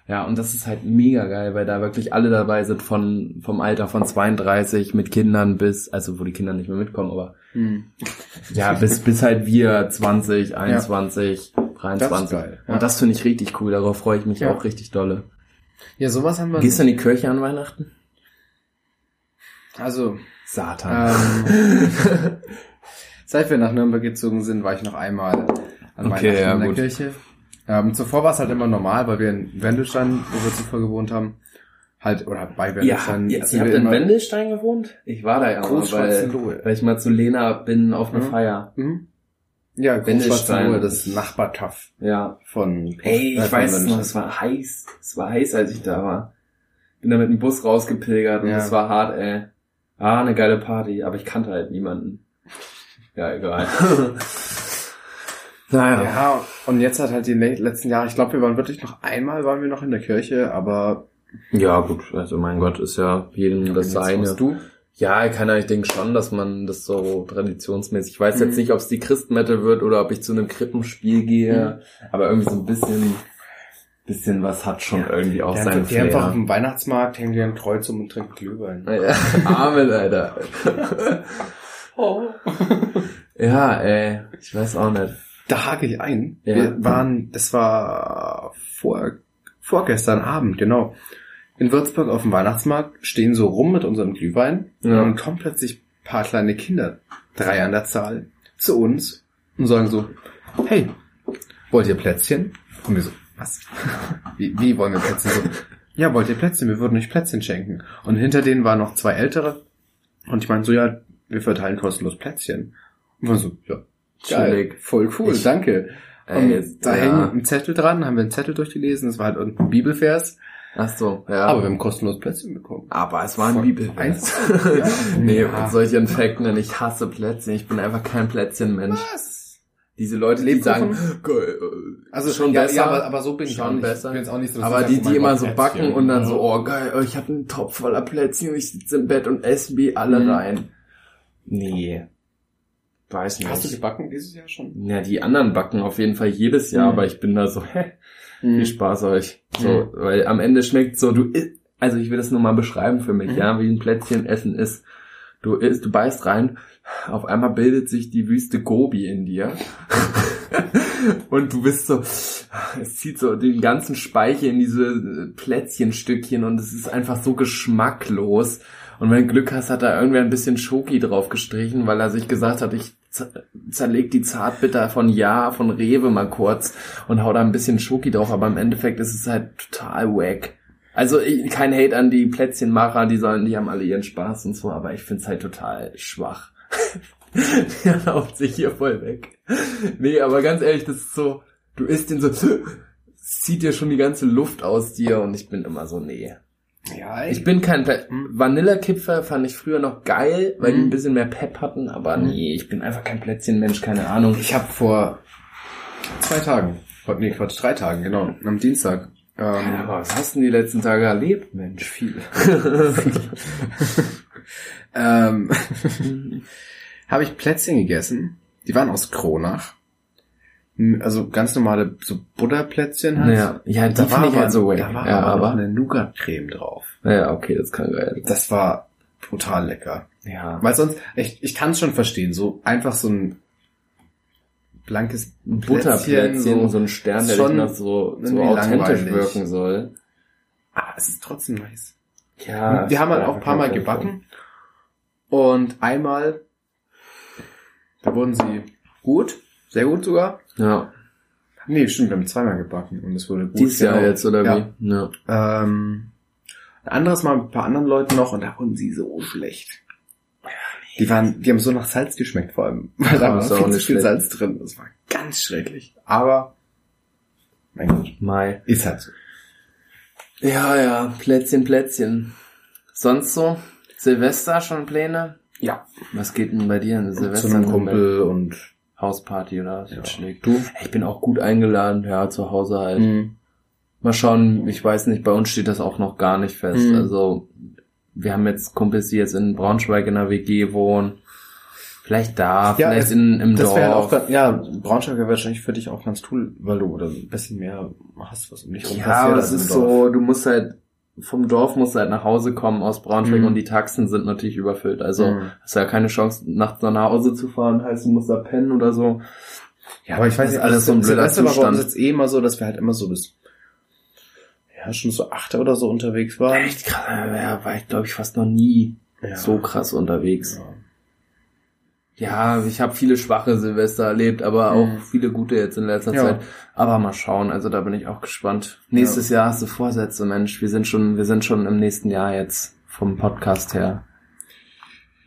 [SPEAKER 1] Ja, und das ist halt mega geil, weil da wirklich alle dabei sind von, vom Alter von 32 mit Kindern bis, also wo die Kinder nicht mehr mitkommen, aber
[SPEAKER 2] Mhm.
[SPEAKER 1] ja, bis, bis halt wir 20, 21,
[SPEAKER 2] Das ist
[SPEAKER 1] 23.
[SPEAKER 2] geil, ja.
[SPEAKER 1] Und das finde ich richtig cool, darauf freue ich mich
[SPEAKER 2] Ja.
[SPEAKER 1] auch richtig dolle.
[SPEAKER 2] Ja, sowas haben wir.
[SPEAKER 1] Gehst du in die Kirche an Weihnachten?
[SPEAKER 2] Also,
[SPEAKER 1] Satan.
[SPEAKER 2] ähm, seit wir nach Nürnberg gezogen sind, war ich noch einmal an
[SPEAKER 1] Okay,
[SPEAKER 2] Weihnachten
[SPEAKER 1] ja,
[SPEAKER 2] in der
[SPEAKER 1] gut.
[SPEAKER 2] Kirche. Ähm, zuvor war es halt immer normal, weil wir in Wendelstein, wo wir zuvor gewohnt haben, halt, oder bei Wendelstein sind wir immer
[SPEAKER 1] Wendelstein gewohnt? Ich war da ja mal, weil,
[SPEAKER 2] Großschwarzenlohe.
[SPEAKER 1] weil ich mal zu Lena bin auf eine
[SPEAKER 2] Mhm.
[SPEAKER 1] Feier.
[SPEAKER 2] Mhm. Ja,
[SPEAKER 1] Wendelstein.
[SPEAKER 2] Großschwarzenlohe, das Nachbarkaff
[SPEAKER 1] Ja,
[SPEAKER 2] von
[SPEAKER 1] Hey,
[SPEAKER 2] äh,
[SPEAKER 1] ich
[SPEAKER 2] von
[SPEAKER 1] weiß es
[SPEAKER 2] Wendelstein.
[SPEAKER 1] noch, es war heiß. Es war heiß, als ich da war. Bin da mit dem Bus rausgepilgert und
[SPEAKER 2] Ja.
[SPEAKER 1] es war hart, ey. Ah, eine geile Party, aber ich kannte halt niemanden.
[SPEAKER 4] Ja, egal.
[SPEAKER 2] naja. Ja, und jetzt hat halt die le- letzten Jahre, ich glaube, wir waren wirklich noch einmal, waren wir noch in der Kirche, aber
[SPEAKER 1] Ja, gut, also mein Gott, ist ja jedem das seine.
[SPEAKER 2] du.
[SPEAKER 1] Ja, keiner, ich denke schon, dass man das so traditionsmäßig. Ich weiß
[SPEAKER 2] Mhm.
[SPEAKER 1] jetzt nicht, ob es die Christmetal wird oder ob ich zu einem Krippenspiel gehe,
[SPEAKER 2] Mhm.
[SPEAKER 1] aber irgendwie so ein bisschen, bisschen was hat schon irgendwie auch
[SPEAKER 2] Die
[SPEAKER 1] seinen
[SPEAKER 2] haben, die haben einfach auf
[SPEAKER 1] Flair.
[SPEAKER 2] dem Weihnachtsmarkt, hängen die ein Kreuz um und trinken Glühwein.
[SPEAKER 1] Ja, Arme leider.
[SPEAKER 2] Oh.
[SPEAKER 1] Ja, ey, ich weiß auch nicht.
[SPEAKER 2] Da hake ich ein.
[SPEAKER 1] Ja.
[SPEAKER 2] Wir waren, das war vor, vorgestern Abend, genau. In Würzburg auf dem Weihnachtsmarkt stehen so rum mit unserem Glühwein
[SPEAKER 1] Ja.
[SPEAKER 2] und kommen plötzlich ein paar kleine Kinder, drei an der Zahl, zu uns und sagen so, hey, wollt ihr Plätzchen? Und wir so, was? Wie, wie wollen wir Plätzchen? So, ja, wollt ihr Plätzchen? Wir würden euch Plätzchen schenken. Und hinter denen waren noch zwei ältere und ich meine so, ja, wir verteilen kostenlos Plätzchen. Und wir so, ja, Geil,
[SPEAKER 1] Chillig.
[SPEAKER 2] voll cool,
[SPEAKER 1] Ich-
[SPEAKER 2] danke. Und
[SPEAKER 1] Ey,
[SPEAKER 2] da
[SPEAKER 1] Äh, ja.
[SPEAKER 2] hängen ein Zettel dran, haben wir einen Zettel durchgelesen, es war halt irgendein Bibelvers,
[SPEAKER 1] Ach so, ja.
[SPEAKER 2] aber wir haben kostenlos Plätzchen bekommen.
[SPEAKER 1] Aber es war ein
[SPEAKER 2] Voll
[SPEAKER 1] Bibelvers.
[SPEAKER 2] Ja.
[SPEAKER 1] nee,
[SPEAKER 2] Ja.
[SPEAKER 1] mit solchen Fakten, ich hasse Plätzchen. Ich bin einfach kein Plätzchenmensch.
[SPEAKER 2] Was?
[SPEAKER 1] Diese Leute, die
[SPEAKER 2] Lebkuchen?
[SPEAKER 1] sagen, geil, äh,
[SPEAKER 2] Also
[SPEAKER 1] schon
[SPEAKER 2] ja,
[SPEAKER 1] besser.
[SPEAKER 2] ja, aber, aber so bin ich
[SPEAKER 1] Schon
[SPEAKER 2] auch nicht.
[SPEAKER 1] besser.
[SPEAKER 2] Ich bin jetzt auch nicht so, dass
[SPEAKER 1] aber
[SPEAKER 2] ich sag,
[SPEAKER 1] die,
[SPEAKER 2] oh mein
[SPEAKER 1] die immer
[SPEAKER 2] Gott,
[SPEAKER 1] so
[SPEAKER 2] Plätzchen.
[SPEAKER 1] backen und dann so,
[SPEAKER 2] Ja.
[SPEAKER 1] oh geil, oh, ich habe einen Topf voller Plätzchen, ich sitze im Bett und esse wie alle
[SPEAKER 2] Mhm.
[SPEAKER 1] rein. Nee. Weiß nicht.
[SPEAKER 2] Hast du gebacken dieses Jahr schon?
[SPEAKER 1] ja, die anderen backen auf jeden Fall jedes Jahr,
[SPEAKER 2] Mhm.
[SPEAKER 1] aber ich bin da so, hä,
[SPEAKER 2] Mhm.
[SPEAKER 1] viel Spaß euch. So,
[SPEAKER 2] Mhm.
[SPEAKER 1] weil am Ende schmeckt so, du isst, also ich will das nur mal beschreiben für mich,
[SPEAKER 2] Mhm.
[SPEAKER 1] ja, wie ein Plätzchen essen ist. Du isst, du beißt rein, auf einmal bildet sich die Wüste Gobi in dir. Und du bist so, es zieht so den ganzen Speichel in diese Plätzchenstückchen und es ist einfach so geschmacklos. Und wenn du Glück hast, hat da irgendwer ein bisschen Schoki drauf gestrichen, weil er sich gesagt hat, ich z- zerleg die Zartbitter von Ja, von Rewe mal kurz und hau da ein bisschen Schoki drauf, aber im Endeffekt ist es halt total wack. Also ich, kein Hate an die Plätzchenmacher, die sollen, die haben alle ihren Spaß und so, aber ich find's halt total schwach. Der lauft sich hier voll weg. Nee, aber ganz ehrlich, das ist so, du isst den so, zieht dir schon die ganze Luft aus dir und ich bin immer so, nee.
[SPEAKER 2] Ja,
[SPEAKER 1] Ich bin kein Pla-
[SPEAKER 2] Hm.
[SPEAKER 1] Vanillekipferl fand ich früher noch geil, weil die
[SPEAKER 2] Hm.
[SPEAKER 1] ein bisschen mehr Pep hatten, aber
[SPEAKER 2] Hm.
[SPEAKER 1] nee, ich bin einfach kein Plätzchenmensch, keine Ahnung.
[SPEAKER 2] Ich habe vor zwei Tagen, heute, nee, Quatsch, drei Tagen, genau, am Dienstag.
[SPEAKER 1] Ja,
[SPEAKER 2] Ähm,
[SPEAKER 1] aber was hast du denn die letzten Tage erlebt, Mensch? Viel.
[SPEAKER 2] ähm, habe ich Plätzchen gegessen. Die waren aus Kronach. M- Also ganz normale so Butterplätzchen halt.
[SPEAKER 1] ja, ja, die
[SPEAKER 2] Da war
[SPEAKER 1] finde ich
[SPEAKER 2] aber,
[SPEAKER 1] halt so wack.
[SPEAKER 2] da war
[SPEAKER 1] Ja,
[SPEAKER 2] aber noch
[SPEAKER 1] aber,
[SPEAKER 2] eine Nougat-Creme drauf.
[SPEAKER 1] ja, okay, das kann geil.
[SPEAKER 2] Das war brutal lecker.
[SPEAKER 1] Ja.
[SPEAKER 2] Weil sonst, ich, ich kann es schon verstehen, so einfach so ein blankes
[SPEAKER 1] Ein Butterplätzchen, so,
[SPEAKER 2] so-
[SPEAKER 1] ein Stern, der
[SPEAKER 2] schon
[SPEAKER 1] dich noch so, so
[SPEAKER 2] irgendwie
[SPEAKER 1] authentisch
[SPEAKER 2] langweilig.
[SPEAKER 1] wirken soll.
[SPEAKER 2] Aber ah, es ist trotzdem nice.
[SPEAKER 1] Ja.
[SPEAKER 2] wir haben halt
[SPEAKER 1] ja,
[SPEAKER 2] auch ein paar Mal
[SPEAKER 1] kann ich
[SPEAKER 2] gebacken. Und einmal, da wurden sie gut, sehr gut sogar.
[SPEAKER 1] schon. Ja.
[SPEAKER 2] Nee, stimmt, wir haben zweimal gebacken und es wurde gut.
[SPEAKER 1] Dies Jahr
[SPEAKER 2] genau.
[SPEAKER 1] jetzt, oder
[SPEAKER 2] Ja.
[SPEAKER 1] wie? Ja.
[SPEAKER 2] Ähm, ein anderes Mal mit ein paar anderen Leuten noch und da wurden sie so schlecht. Die waren, die haben so nach Salz geschmeckt vor allem, weil
[SPEAKER 1] Ja,
[SPEAKER 2] da war
[SPEAKER 1] ist auch
[SPEAKER 2] viel zu
[SPEAKER 1] nicht
[SPEAKER 2] viel
[SPEAKER 1] schlecht.
[SPEAKER 2] Salz drin. Das war ganz schrecklich. Aber, mein Gott,
[SPEAKER 1] Mai.
[SPEAKER 2] ist halt so.
[SPEAKER 1] Ja, ja, Plätzchen, Plätzchen. Sonst so? Silvester schon Pläne?
[SPEAKER 2] Ja.
[SPEAKER 1] Was geht denn bei dir in Silvester?
[SPEAKER 2] Zu einem Kumpel und
[SPEAKER 1] Hausparty oder was?
[SPEAKER 2] Ja.
[SPEAKER 1] Schlägt.
[SPEAKER 2] du.
[SPEAKER 1] Ich bin auch gut eingeladen, ja, zu Hause halt.
[SPEAKER 2] Mhm.
[SPEAKER 1] Mal schauen, ich weiß nicht, bei uns steht das auch noch gar nicht fest.
[SPEAKER 2] Mhm.
[SPEAKER 1] Also, wir haben jetzt Kumpels, die jetzt in Braunschweig in der WG wohnen. Vielleicht da,
[SPEAKER 2] Ja,
[SPEAKER 1] vielleicht
[SPEAKER 2] es-
[SPEAKER 1] in, im
[SPEAKER 2] Das
[SPEAKER 1] Dorf.
[SPEAKER 2] wäre halt auch, ganz- ja, Braunschweig wäre wahrscheinlich für dich auch ganz cool, weil du da ein bisschen mehr hast, was um dich rum
[SPEAKER 1] ja,
[SPEAKER 2] passiert
[SPEAKER 1] aber
[SPEAKER 2] als
[SPEAKER 1] es
[SPEAKER 2] im
[SPEAKER 1] ist
[SPEAKER 2] Dorf.
[SPEAKER 1] so, du musst halt, vom Dorf musst du halt nach Hause kommen aus Braunschweig
[SPEAKER 2] Mhm.
[SPEAKER 1] und die Taxen sind natürlich überfüllt. Also,
[SPEAKER 2] Mhm.
[SPEAKER 1] hast du ja keine Chance, nachts noch nach Hause zu fahren, heißt, du musst da pennen oder so.
[SPEAKER 2] Ja, aber ich weiß
[SPEAKER 1] Das ist
[SPEAKER 2] nicht, also
[SPEAKER 1] alles so ein blöder
[SPEAKER 2] Silvester war bei uns
[SPEAKER 1] Zustand.
[SPEAKER 2] jetzt eh immer so, dass wir halt immer so bis, ja, schon so Achter oder so unterwegs waren.
[SPEAKER 1] Echt krass, ja, war ich, glaube ich, fast noch nie
[SPEAKER 2] Ja.
[SPEAKER 1] so krass unterwegs.
[SPEAKER 2] Ja.
[SPEAKER 1] Ja, ich habe viele schwache Silvester erlebt, aber auch
[SPEAKER 2] Mhm.
[SPEAKER 1] viele gute jetzt in letzter
[SPEAKER 2] Ja.
[SPEAKER 1] Zeit. Aber mal schauen, also da bin ich auch gespannt. Nächstes Jahr hast du Vorsätze, Mensch. Wir sind schon, wir sind schon im nächsten Jahr jetzt vom Podcast her.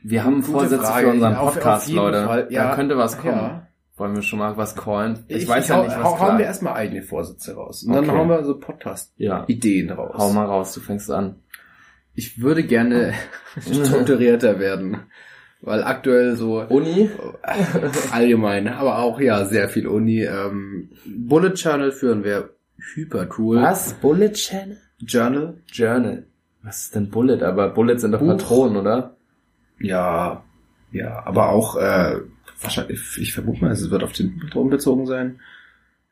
[SPEAKER 1] Wir haben
[SPEAKER 2] Gute
[SPEAKER 1] Vorsätze
[SPEAKER 2] Frage.
[SPEAKER 1] für unseren
[SPEAKER 2] Ja, auf- auf
[SPEAKER 1] Podcast,
[SPEAKER 2] jeden
[SPEAKER 1] Leute.
[SPEAKER 2] Fall.
[SPEAKER 1] Da
[SPEAKER 2] Ja.
[SPEAKER 1] könnte was kommen.
[SPEAKER 2] Ja.
[SPEAKER 1] Wollen wir schon mal was callen? Ich,
[SPEAKER 2] Ich,
[SPEAKER 1] weiß ja
[SPEAKER 2] hau-
[SPEAKER 1] nicht, was
[SPEAKER 2] hau- Hauen
[SPEAKER 1] klar.
[SPEAKER 2] wir erstmal eigene Vorsätze raus. Und
[SPEAKER 1] Okay.
[SPEAKER 2] dann hauen wir so Podcast-Ideen
[SPEAKER 1] Ja,
[SPEAKER 2] raus.
[SPEAKER 1] hau mal raus, du fängst an.
[SPEAKER 2] Ich würde gerne strukturierter werden. Weil aktuell so
[SPEAKER 1] Uni?
[SPEAKER 2] allgemein, aber auch ja, sehr viel Uni. Ähm, Bullet Journal führen wäre hyper cool.
[SPEAKER 1] Was? Bullet Channel?
[SPEAKER 2] Journal?
[SPEAKER 1] Journal. Was ist denn Bullet? Aber Bullets sind doch
[SPEAKER 2] Buch.
[SPEAKER 1] Patronen, oder?
[SPEAKER 2] Ja, ja, aber auch äh, wahrscheinlich, ich vermute mal, es wird auf den Drum bezogen sein.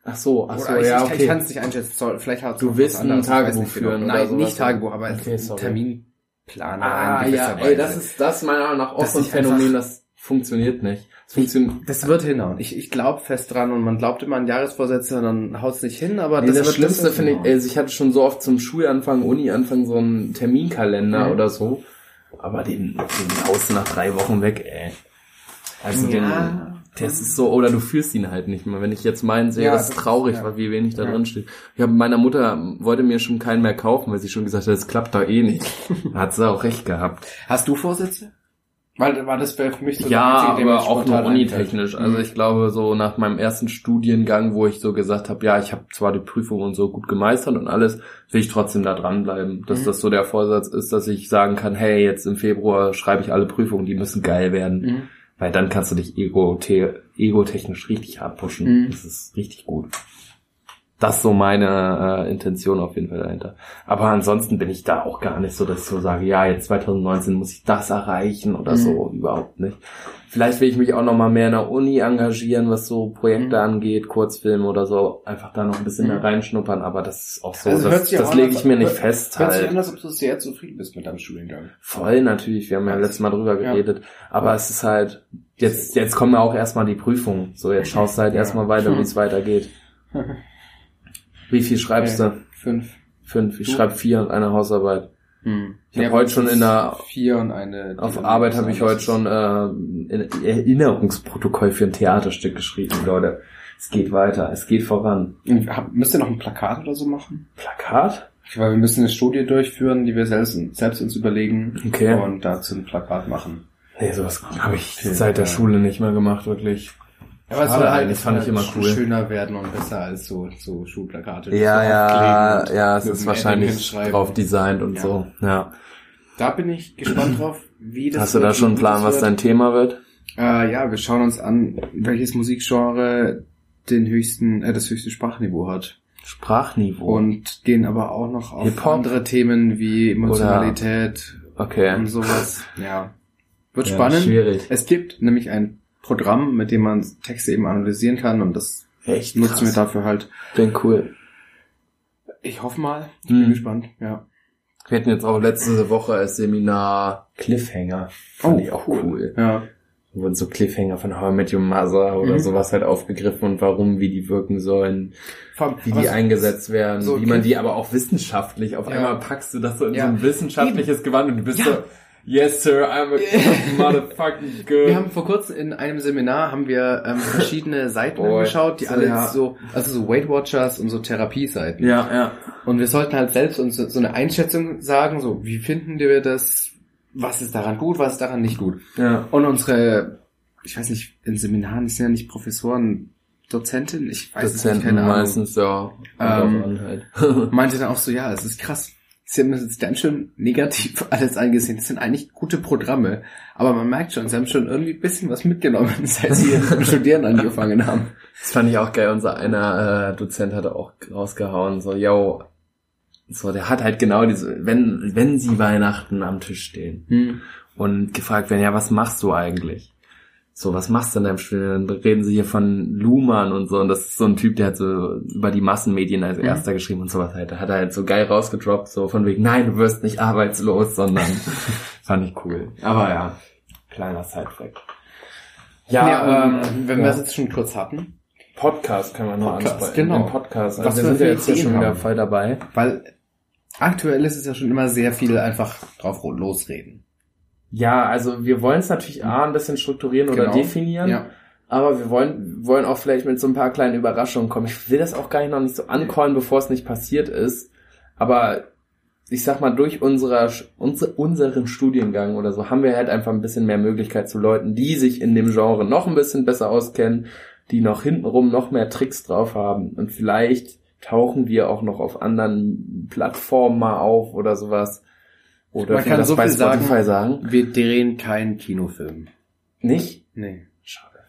[SPEAKER 1] Ach so, ach so,
[SPEAKER 2] Oder ich,
[SPEAKER 1] ja,
[SPEAKER 2] ich, ich kann
[SPEAKER 1] okay.
[SPEAKER 2] es nicht einschätzen. Soll- Vielleicht hat
[SPEAKER 1] Du willst ein Tagebuch führen oder
[SPEAKER 2] Nein,
[SPEAKER 1] sowas.
[SPEAKER 2] nicht Tagebuch, aber
[SPEAKER 1] Okay,
[SPEAKER 2] es ist ein
[SPEAKER 1] sorry.
[SPEAKER 2] Terminplaner.
[SPEAKER 1] Ah,
[SPEAKER 2] in
[SPEAKER 1] ja,
[SPEAKER 2] gewisser
[SPEAKER 1] ey,
[SPEAKER 2] Weise.
[SPEAKER 1] das ist, das ist meiner Meinung nach auch
[SPEAKER 2] Dass
[SPEAKER 1] so ein
[SPEAKER 2] ich
[SPEAKER 1] Phänomen,
[SPEAKER 2] einfach-
[SPEAKER 1] das funktioniert nicht. Das funktioniert,
[SPEAKER 2] Das wird hinhauen. Ich, ich glaube fest dran und man glaubt immer an Jahresvorsätze und dann haut's nicht hin, aber
[SPEAKER 1] nee, das,
[SPEAKER 2] das, wird
[SPEAKER 1] Schlimmste
[SPEAKER 2] wird
[SPEAKER 1] finde ich,
[SPEAKER 2] hinhauen.
[SPEAKER 1] also ich hatte schon so oft zum Schulanfang, Unianfang so einen Terminkalender
[SPEAKER 2] Mhm.
[SPEAKER 1] oder so, aber den, den haust du nach drei Wochen weg, ey.
[SPEAKER 2] äh,
[SPEAKER 1] Also den,
[SPEAKER 2] Ja.
[SPEAKER 1] das ist so, oder du fühlst ihn halt nicht mehr. Wenn ich jetzt meinen sehe,
[SPEAKER 2] Mhm. Ja,
[SPEAKER 1] das ist
[SPEAKER 2] das ist-
[SPEAKER 1] traurig,
[SPEAKER 2] ja.
[SPEAKER 1] weil wie wenig da
[SPEAKER 2] Ja.
[SPEAKER 1] drin steht. Ich habe meiner Mutter wollte mir schon keinen mehr kaufen, weil sie schon gesagt hat, das klappt doch eh nicht. Da hat sie auch recht gehabt.
[SPEAKER 2] Hast du Also Vorsätze? Weil war das für mich so
[SPEAKER 1] Ja,
[SPEAKER 2] der einzige, der mir
[SPEAKER 1] aber auch
[SPEAKER 2] spontan
[SPEAKER 1] nur unitechnisch.
[SPEAKER 2] einfällt.
[SPEAKER 1] Also ich glaube, so nach meinem ersten Studiengang, wo ich so gesagt habe, ja, ich habe zwar die Prüfung und so gut gemeistert und alles, will ich trotzdem da dranbleiben. Dass
[SPEAKER 2] Mhm.
[SPEAKER 1] das so der Vorsatz ist, dass ich sagen kann, hey, jetzt im Februar schreibe ich alle Prüfungen, die müssen geil werden.
[SPEAKER 2] Mhm.
[SPEAKER 1] Weil dann kannst du dich ego- te- ego-technisch richtig hart pushen.
[SPEAKER 2] Mhm.
[SPEAKER 1] Das ist richtig gut. Das ist so meine äh, Intention auf jeden Fall dahinter. Aber ansonsten bin ich da auch gar nicht so, dass ich so sage, ja, jetzt 2019 muss ich das erreichen oder
[SPEAKER 2] Mhm.
[SPEAKER 1] so. Überhaupt nicht. Vielleicht will ich mich auch noch mal mehr in der Uni engagieren, was so Projekte
[SPEAKER 2] Mhm.
[SPEAKER 1] angeht, Kurzfilme oder so. Einfach da noch ein bisschen
[SPEAKER 2] Mhm.
[SPEAKER 1] da reinschnuppern. Aber das ist auch so,
[SPEAKER 2] Also hört
[SPEAKER 1] das,
[SPEAKER 2] sich auch
[SPEAKER 1] das
[SPEAKER 2] an,
[SPEAKER 1] lege
[SPEAKER 2] als-
[SPEAKER 1] ich mir nicht
[SPEAKER 2] hört-
[SPEAKER 1] fest.
[SPEAKER 2] Hört sich
[SPEAKER 1] halt.
[SPEAKER 2] an, als ob du sehr zufrieden bist mit deinem Studiengang.
[SPEAKER 1] Voll natürlich, wir haben ja letztes Mal drüber
[SPEAKER 2] Ja.
[SPEAKER 1] geredet. Aber es ist halt, jetzt, jetzt kommen ja auch erstmal die Prüfungen. So, jetzt schaust du halt
[SPEAKER 2] Ja.
[SPEAKER 1] erstmal weiter, wie es weitergeht. Wie viel schreibst
[SPEAKER 2] Ja.
[SPEAKER 1] du?
[SPEAKER 2] Fünf.
[SPEAKER 1] Fünf. Ich
[SPEAKER 2] Du?
[SPEAKER 1] schreibe vier und eine Hausarbeit.
[SPEAKER 2] Hm.
[SPEAKER 1] Ich hab heute schon in der-
[SPEAKER 2] vier und eine
[SPEAKER 1] Auf
[SPEAKER 2] die-
[SPEAKER 1] Arbeit habe ich heute schon äh, ein Erinnerungsprotokoll für ein Theaterstück geschrieben, Leute. Es geht weiter, es geht voran.
[SPEAKER 2] Und hab- Müsst ihr noch ein Plakat oder so machen?
[SPEAKER 1] Plakat?
[SPEAKER 2] Weil wir müssen eine Studie durchführen, die wir selbst, selbst uns überlegen
[SPEAKER 1] Okay.
[SPEAKER 2] und dazu ein Plakat machen.
[SPEAKER 1] Nee, sowas habe ich
[SPEAKER 2] Okay,
[SPEAKER 1] seit der
[SPEAKER 2] ja.
[SPEAKER 1] Schule nicht mehr gemacht, wirklich.
[SPEAKER 2] Aber
[SPEAKER 1] es soll halt- es soll halt sch-
[SPEAKER 2] schöner werden und besser als so, so Schulplakate.
[SPEAKER 1] Ja, ja, ja, es ist wahrscheinlich drauf designt und
[SPEAKER 2] Ja.
[SPEAKER 1] so. Ja.
[SPEAKER 2] Da bin ich gespannt drauf, wie das
[SPEAKER 1] Hast du da
[SPEAKER 2] wird,
[SPEAKER 1] schon einen
[SPEAKER 2] wie
[SPEAKER 1] Plan,
[SPEAKER 2] das
[SPEAKER 1] was
[SPEAKER 2] wird.
[SPEAKER 1] dein Thema wird?
[SPEAKER 2] Äh, ja, wir schauen uns an, welches Musikgenre den höchsten, äh, das höchste Sprachniveau hat.
[SPEAKER 1] Sprachniveau.
[SPEAKER 2] Und gehen aber auch noch auf
[SPEAKER 1] Hip-Hop?
[SPEAKER 2] andere Themen wie Emotionalität
[SPEAKER 1] okay.
[SPEAKER 2] und sowas. Ja. Wird
[SPEAKER 1] Ja,
[SPEAKER 2] spannend.
[SPEAKER 1] Schwierig.
[SPEAKER 2] Es gibt nämlich ein Programm, mit dem man Texte eben analysieren kann und das
[SPEAKER 1] Echt
[SPEAKER 2] nutzen
[SPEAKER 1] krass.
[SPEAKER 2] wir dafür halt.
[SPEAKER 1] Bin cool.
[SPEAKER 2] Ich hoffe mal. Ich
[SPEAKER 1] Hm.
[SPEAKER 2] bin gespannt, ja.
[SPEAKER 1] Wir hatten jetzt auch letzte Woche als Seminar Cliffhanger. Fand
[SPEAKER 2] Oh,
[SPEAKER 1] ich auch cool.
[SPEAKER 2] Ja.
[SPEAKER 1] Da wurden so Cliffhanger von How I Met Your Mother oder
[SPEAKER 2] Mhm.
[SPEAKER 1] sowas halt aufgegriffen und warum, wie die wirken sollen,
[SPEAKER 2] Vor allem,
[SPEAKER 1] wie
[SPEAKER 2] aber
[SPEAKER 1] die
[SPEAKER 2] so-
[SPEAKER 1] eingesetzt werden,
[SPEAKER 2] so
[SPEAKER 1] wie man
[SPEAKER 2] Cliff-
[SPEAKER 1] die aber auch wissenschaftlich, auf
[SPEAKER 2] Ja.
[SPEAKER 1] einmal packst du das so in
[SPEAKER 2] Ja.
[SPEAKER 1] so ein wissenschaftliches Gewand und du bist so, yes sir, I'm a motherfucking girl.
[SPEAKER 2] Wir haben vor kurzem in einem Seminar haben wir ähm, verschiedene Seiten
[SPEAKER 1] Boah,
[SPEAKER 2] angeschaut, die
[SPEAKER 1] so,
[SPEAKER 2] alle
[SPEAKER 1] ja.
[SPEAKER 2] so, also so Weight Watchers und so Therapieseiten.
[SPEAKER 1] ja, ja.
[SPEAKER 2] Und wir sollten halt selbst uns so eine Einschätzung sagen, so wie finden wir das, was ist daran gut, was ist daran nicht gut.
[SPEAKER 1] Ja.
[SPEAKER 2] Und unsere, ich weiß nicht, in Seminaren das sind ja nicht Professoren, Dozentin, ich weiß es nicht,
[SPEAKER 1] Dozenten
[SPEAKER 2] keine Ahnung.
[SPEAKER 1] meistens, ja.
[SPEAKER 2] Ähm,
[SPEAKER 1] Kommt drauf an halt.
[SPEAKER 2] Meinte dann auch so, ja, es ist krass. Sie haben das jetzt ganz schön negativ alles angesehen. Das sind eigentlich gute Programme. Aber man merkt schon, sie haben schon irgendwie ein bisschen was mitgenommen, seit sie mit Studieren angefangen haben.
[SPEAKER 1] das fand ich auch geil. Unser einer äh, Dozent hatte auch rausgehauen, so, yo, so, der hat halt genau diese, wenn, wenn sie Weihnachten am Tisch stehen
[SPEAKER 2] Hm.
[SPEAKER 1] und gefragt werden, ja, was machst du eigentlich? So, was machst du in deinem Studium? Dann reden sie hier von Luhmann und so. Und das ist so ein Typ, der hat so über die Massenmedien als
[SPEAKER 2] Mhm.
[SPEAKER 1] erster geschrieben und sowas halt. Da hat er halt so geil rausgedroppt, so von wegen, nein, du wirst nicht arbeitslos, sondern fand ich cool.
[SPEAKER 2] Aber ja.
[SPEAKER 1] Ah, Kleiner Sidefact.
[SPEAKER 2] Ja,
[SPEAKER 1] Ja,
[SPEAKER 2] nee,
[SPEAKER 1] ähm,
[SPEAKER 2] ähm, wenn
[SPEAKER 1] ja.
[SPEAKER 2] wir es jetzt schon kurz hatten.
[SPEAKER 1] Podcast können wir noch
[SPEAKER 2] Podcast,
[SPEAKER 1] ansprechen.
[SPEAKER 2] genau.
[SPEAKER 1] Den Podcast.
[SPEAKER 2] Was
[SPEAKER 1] Also wir
[SPEAKER 2] wir
[SPEAKER 1] sind ja
[SPEAKER 2] für
[SPEAKER 1] jetzt hier
[SPEAKER 2] Ideen
[SPEAKER 1] schon wieder
[SPEAKER 2] haben.
[SPEAKER 1] voll dabei.
[SPEAKER 2] Weil aktuell ist es ja schon immer sehr viel einfach drauf losreden.
[SPEAKER 1] Ja, also wir wollen es natürlich A, ein bisschen strukturieren oder
[SPEAKER 2] Genau.
[SPEAKER 1] definieren,
[SPEAKER 2] Ja.
[SPEAKER 1] aber wir wollen, wollen auch vielleicht mit so ein paar kleinen Überraschungen kommen. Ich will das auch gar nicht noch nicht so ancallen, bevor es nicht passiert ist, aber ich sag mal, durch unserer, unsere, unseren Studiengang oder so haben wir halt einfach ein bisschen mehr Möglichkeit zu Leuten, die sich in dem Genre noch ein bisschen besser auskennen, die noch hintenrum noch mehr Tricks drauf haben. Und vielleicht tauchen wir auch noch auf anderen Plattformen mal auf oder sowas. Oder
[SPEAKER 2] Man
[SPEAKER 1] wie
[SPEAKER 2] kann so
[SPEAKER 1] bei
[SPEAKER 2] viel sagen.
[SPEAKER 1] Spotify sagen.
[SPEAKER 2] Wir drehen keinen Kinofilm.
[SPEAKER 1] Nicht?
[SPEAKER 2] Nee.
[SPEAKER 1] Schade.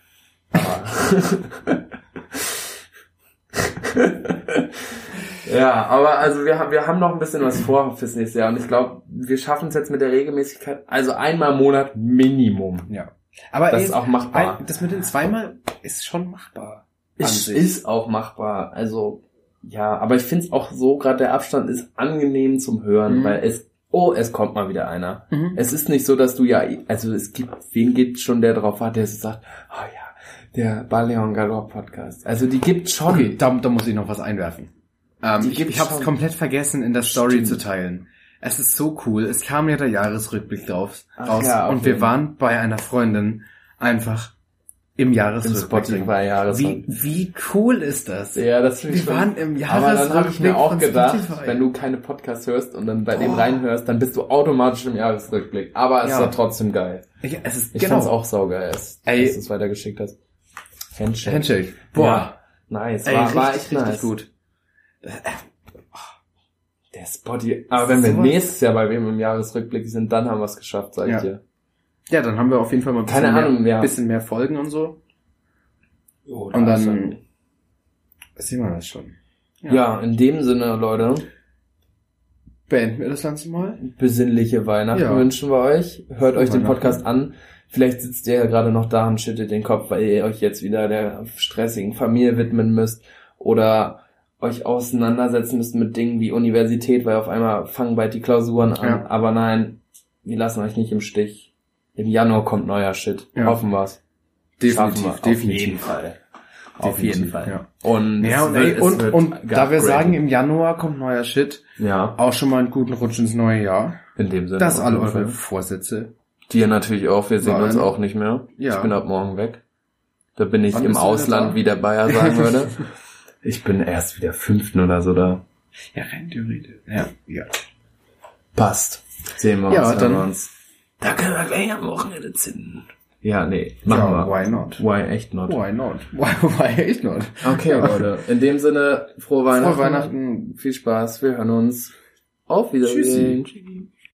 [SPEAKER 1] ja, aber also wir, haben- wir haben noch ein bisschen was vor fürs nächste Jahr und ich glaube, wir schaffen es jetzt mit der Regelmäßigkeit, also einmal im Monat Minimum.
[SPEAKER 2] Ja. Aber
[SPEAKER 1] Das
[SPEAKER 2] eh,
[SPEAKER 1] ist auch machbar.
[SPEAKER 2] ein, das mit den zweimal ist schon machbar. an
[SPEAKER 1] Es
[SPEAKER 2] sich.
[SPEAKER 1] ist auch machbar. Also ja, aber ich finde es auch so, gerade der Abstand ist angenehm zum Hören,
[SPEAKER 2] Mhm.
[SPEAKER 1] weil es, oh, es kommt mal wieder einer. Es ist nicht so, dass du ja, also es gibt, wen gibt schon, der drauf hat, der so sagt, oh ja, der Baleon Galore Podcast. Also die gibt schon.
[SPEAKER 2] Okay, da, da muss ich noch was einwerfen. Ähm,
[SPEAKER 1] Die
[SPEAKER 2] ich
[SPEAKER 1] gibt's
[SPEAKER 2] ich habe es
[SPEAKER 1] schon.
[SPEAKER 2] komplett vergessen, in der Story
[SPEAKER 1] Stimmt.
[SPEAKER 2] zu teilen. Es ist so cool. Es kam ja der Jahresrückblick drauf,
[SPEAKER 1] Ach
[SPEAKER 2] raus
[SPEAKER 1] ja, auf
[SPEAKER 2] und wir
[SPEAKER 1] jeden-
[SPEAKER 2] waren bei einer Freundin einfach im
[SPEAKER 1] Im
[SPEAKER 2] Jahresrückblick. wie,
[SPEAKER 1] Spotify-Jahresrückblick.
[SPEAKER 2] wie cool ist das?
[SPEAKER 1] Ja, das finde ich
[SPEAKER 2] wir
[SPEAKER 1] schon.
[SPEAKER 2] waren im
[SPEAKER 1] aber
[SPEAKER 2] Jahresrückblick
[SPEAKER 1] dann habe ich mir auch
[SPEAKER 2] von
[SPEAKER 1] gedacht,
[SPEAKER 2] Spotify.
[SPEAKER 1] wenn du keine Podcasts hörst und dann bei dem
[SPEAKER 2] Oh.
[SPEAKER 1] reinhörst, dann bist du automatisch im Jahresrückblick. Aber es
[SPEAKER 2] Ja.
[SPEAKER 1] war trotzdem geil.
[SPEAKER 2] Ja, es ist
[SPEAKER 1] Ich
[SPEAKER 2] genau.
[SPEAKER 1] fand's auch saugeil, als,
[SPEAKER 2] Ey.
[SPEAKER 1] als du es weitergeschickt hast. Handshake.
[SPEAKER 2] Handshake.
[SPEAKER 1] Boah. Nice.
[SPEAKER 2] Ey,
[SPEAKER 1] war,
[SPEAKER 2] richtig,
[SPEAKER 1] war echt
[SPEAKER 2] richtig
[SPEAKER 1] nice.
[SPEAKER 2] gut.
[SPEAKER 1] Der Spotify. Aber wenn wir
[SPEAKER 2] Sowas.
[SPEAKER 1] nächstes Jahr bei wem im Jahresrückblick sind, dann haben wir es geschafft, sag ich
[SPEAKER 2] Ja.
[SPEAKER 1] dir.
[SPEAKER 2] Ja, dann haben wir auf jeden Fall mal ein bisschen,
[SPEAKER 1] Keine Ahnung,
[SPEAKER 2] mehr,
[SPEAKER 1] ja.
[SPEAKER 2] bisschen mehr Folgen und so.
[SPEAKER 1] Oh,
[SPEAKER 2] Und
[SPEAKER 1] das
[SPEAKER 2] dann-
[SPEAKER 1] ist
[SPEAKER 2] Sehen wir das schon.
[SPEAKER 1] Ja. ja, in dem Sinne, Leute,
[SPEAKER 2] Beenden wir das Ganze mal.
[SPEAKER 1] besinnliche Weihnachten
[SPEAKER 2] Ja.
[SPEAKER 1] wünschen wir euch. Hört euch den
[SPEAKER 2] Weihnachten.
[SPEAKER 1] Podcast an. Vielleicht sitzt ihr ja gerade noch da und schüttet den Kopf, weil ihr euch jetzt wieder der stressigen Familie widmen müsst oder euch auseinandersetzen müsst mit Dingen wie Universität, weil auf einmal fangen bald die Klausuren an.
[SPEAKER 2] Ja.
[SPEAKER 1] Aber nein, wir lassen euch nicht im Stich. Im Januar kommt neuer Shit.
[SPEAKER 2] Ja.
[SPEAKER 1] Hoffen wir's. Schaffen wir.
[SPEAKER 2] Definitiv,
[SPEAKER 1] Auf jeden
[SPEAKER 2] definitiv.
[SPEAKER 1] Fall. Auf
[SPEAKER 2] Definitiv,
[SPEAKER 1] jeden Fall.
[SPEAKER 2] ja.
[SPEAKER 1] Und,
[SPEAKER 2] Ja,
[SPEAKER 1] es
[SPEAKER 2] und,
[SPEAKER 1] wird-
[SPEAKER 2] ey,
[SPEAKER 1] es
[SPEAKER 2] und,
[SPEAKER 1] wird
[SPEAKER 2] und da wir
[SPEAKER 1] geupgradet.
[SPEAKER 2] sagen, im Januar kommt neuer Shit,
[SPEAKER 1] ja,
[SPEAKER 2] auch schon mal einen guten Rutsch ins neue Jahr.
[SPEAKER 1] in dem Sinne.
[SPEAKER 2] Das
[SPEAKER 1] auf
[SPEAKER 2] alle
[SPEAKER 1] jeden
[SPEAKER 2] eure
[SPEAKER 1] Fall.
[SPEAKER 2] Vorsätze.
[SPEAKER 1] Dir natürlich auch, wir sehen
[SPEAKER 2] Nein.
[SPEAKER 1] uns auch nicht mehr.
[SPEAKER 2] Ja.
[SPEAKER 1] Ich bin ab morgen weg. Da bin ich
[SPEAKER 2] Wann
[SPEAKER 1] im
[SPEAKER 2] bist du wieder
[SPEAKER 1] Ausland,
[SPEAKER 2] da?
[SPEAKER 1] wie der Bayer sagen würde. Ich bin erst wieder fünften oder so da.
[SPEAKER 2] Ja, rein theoretisch. Ja, ja.
[SPEAKER 1] Passt. Sehen wir
[SPEAKER 2] Ja,
[SPEAKER 1] uns, hören
[SPEAKER 2] dann-
[SPEAKER 1] wir uns. Da können wir gleich am Wochenende zünden. Ja, nee, machen
[SPEAKER 2] ja,
[SPEAKER 1] wir.
[SPEAKER 2] why not?
[SPEAKER 1] Why echt not?
[SPEAKER 2] Why not? Why, why echt not?
[SPEAKER 1] Okay,
[SPEAKER 2] Ja.
[SPEAKER 1] Leute. In dem Sinne, frohe Weihnachten.
[SPEAKER 2] Frohe Weihnachten.
[SPEAKER 1] Viel Spaß. Wir hören uns. Auf Wiedersehen. Tschüssi.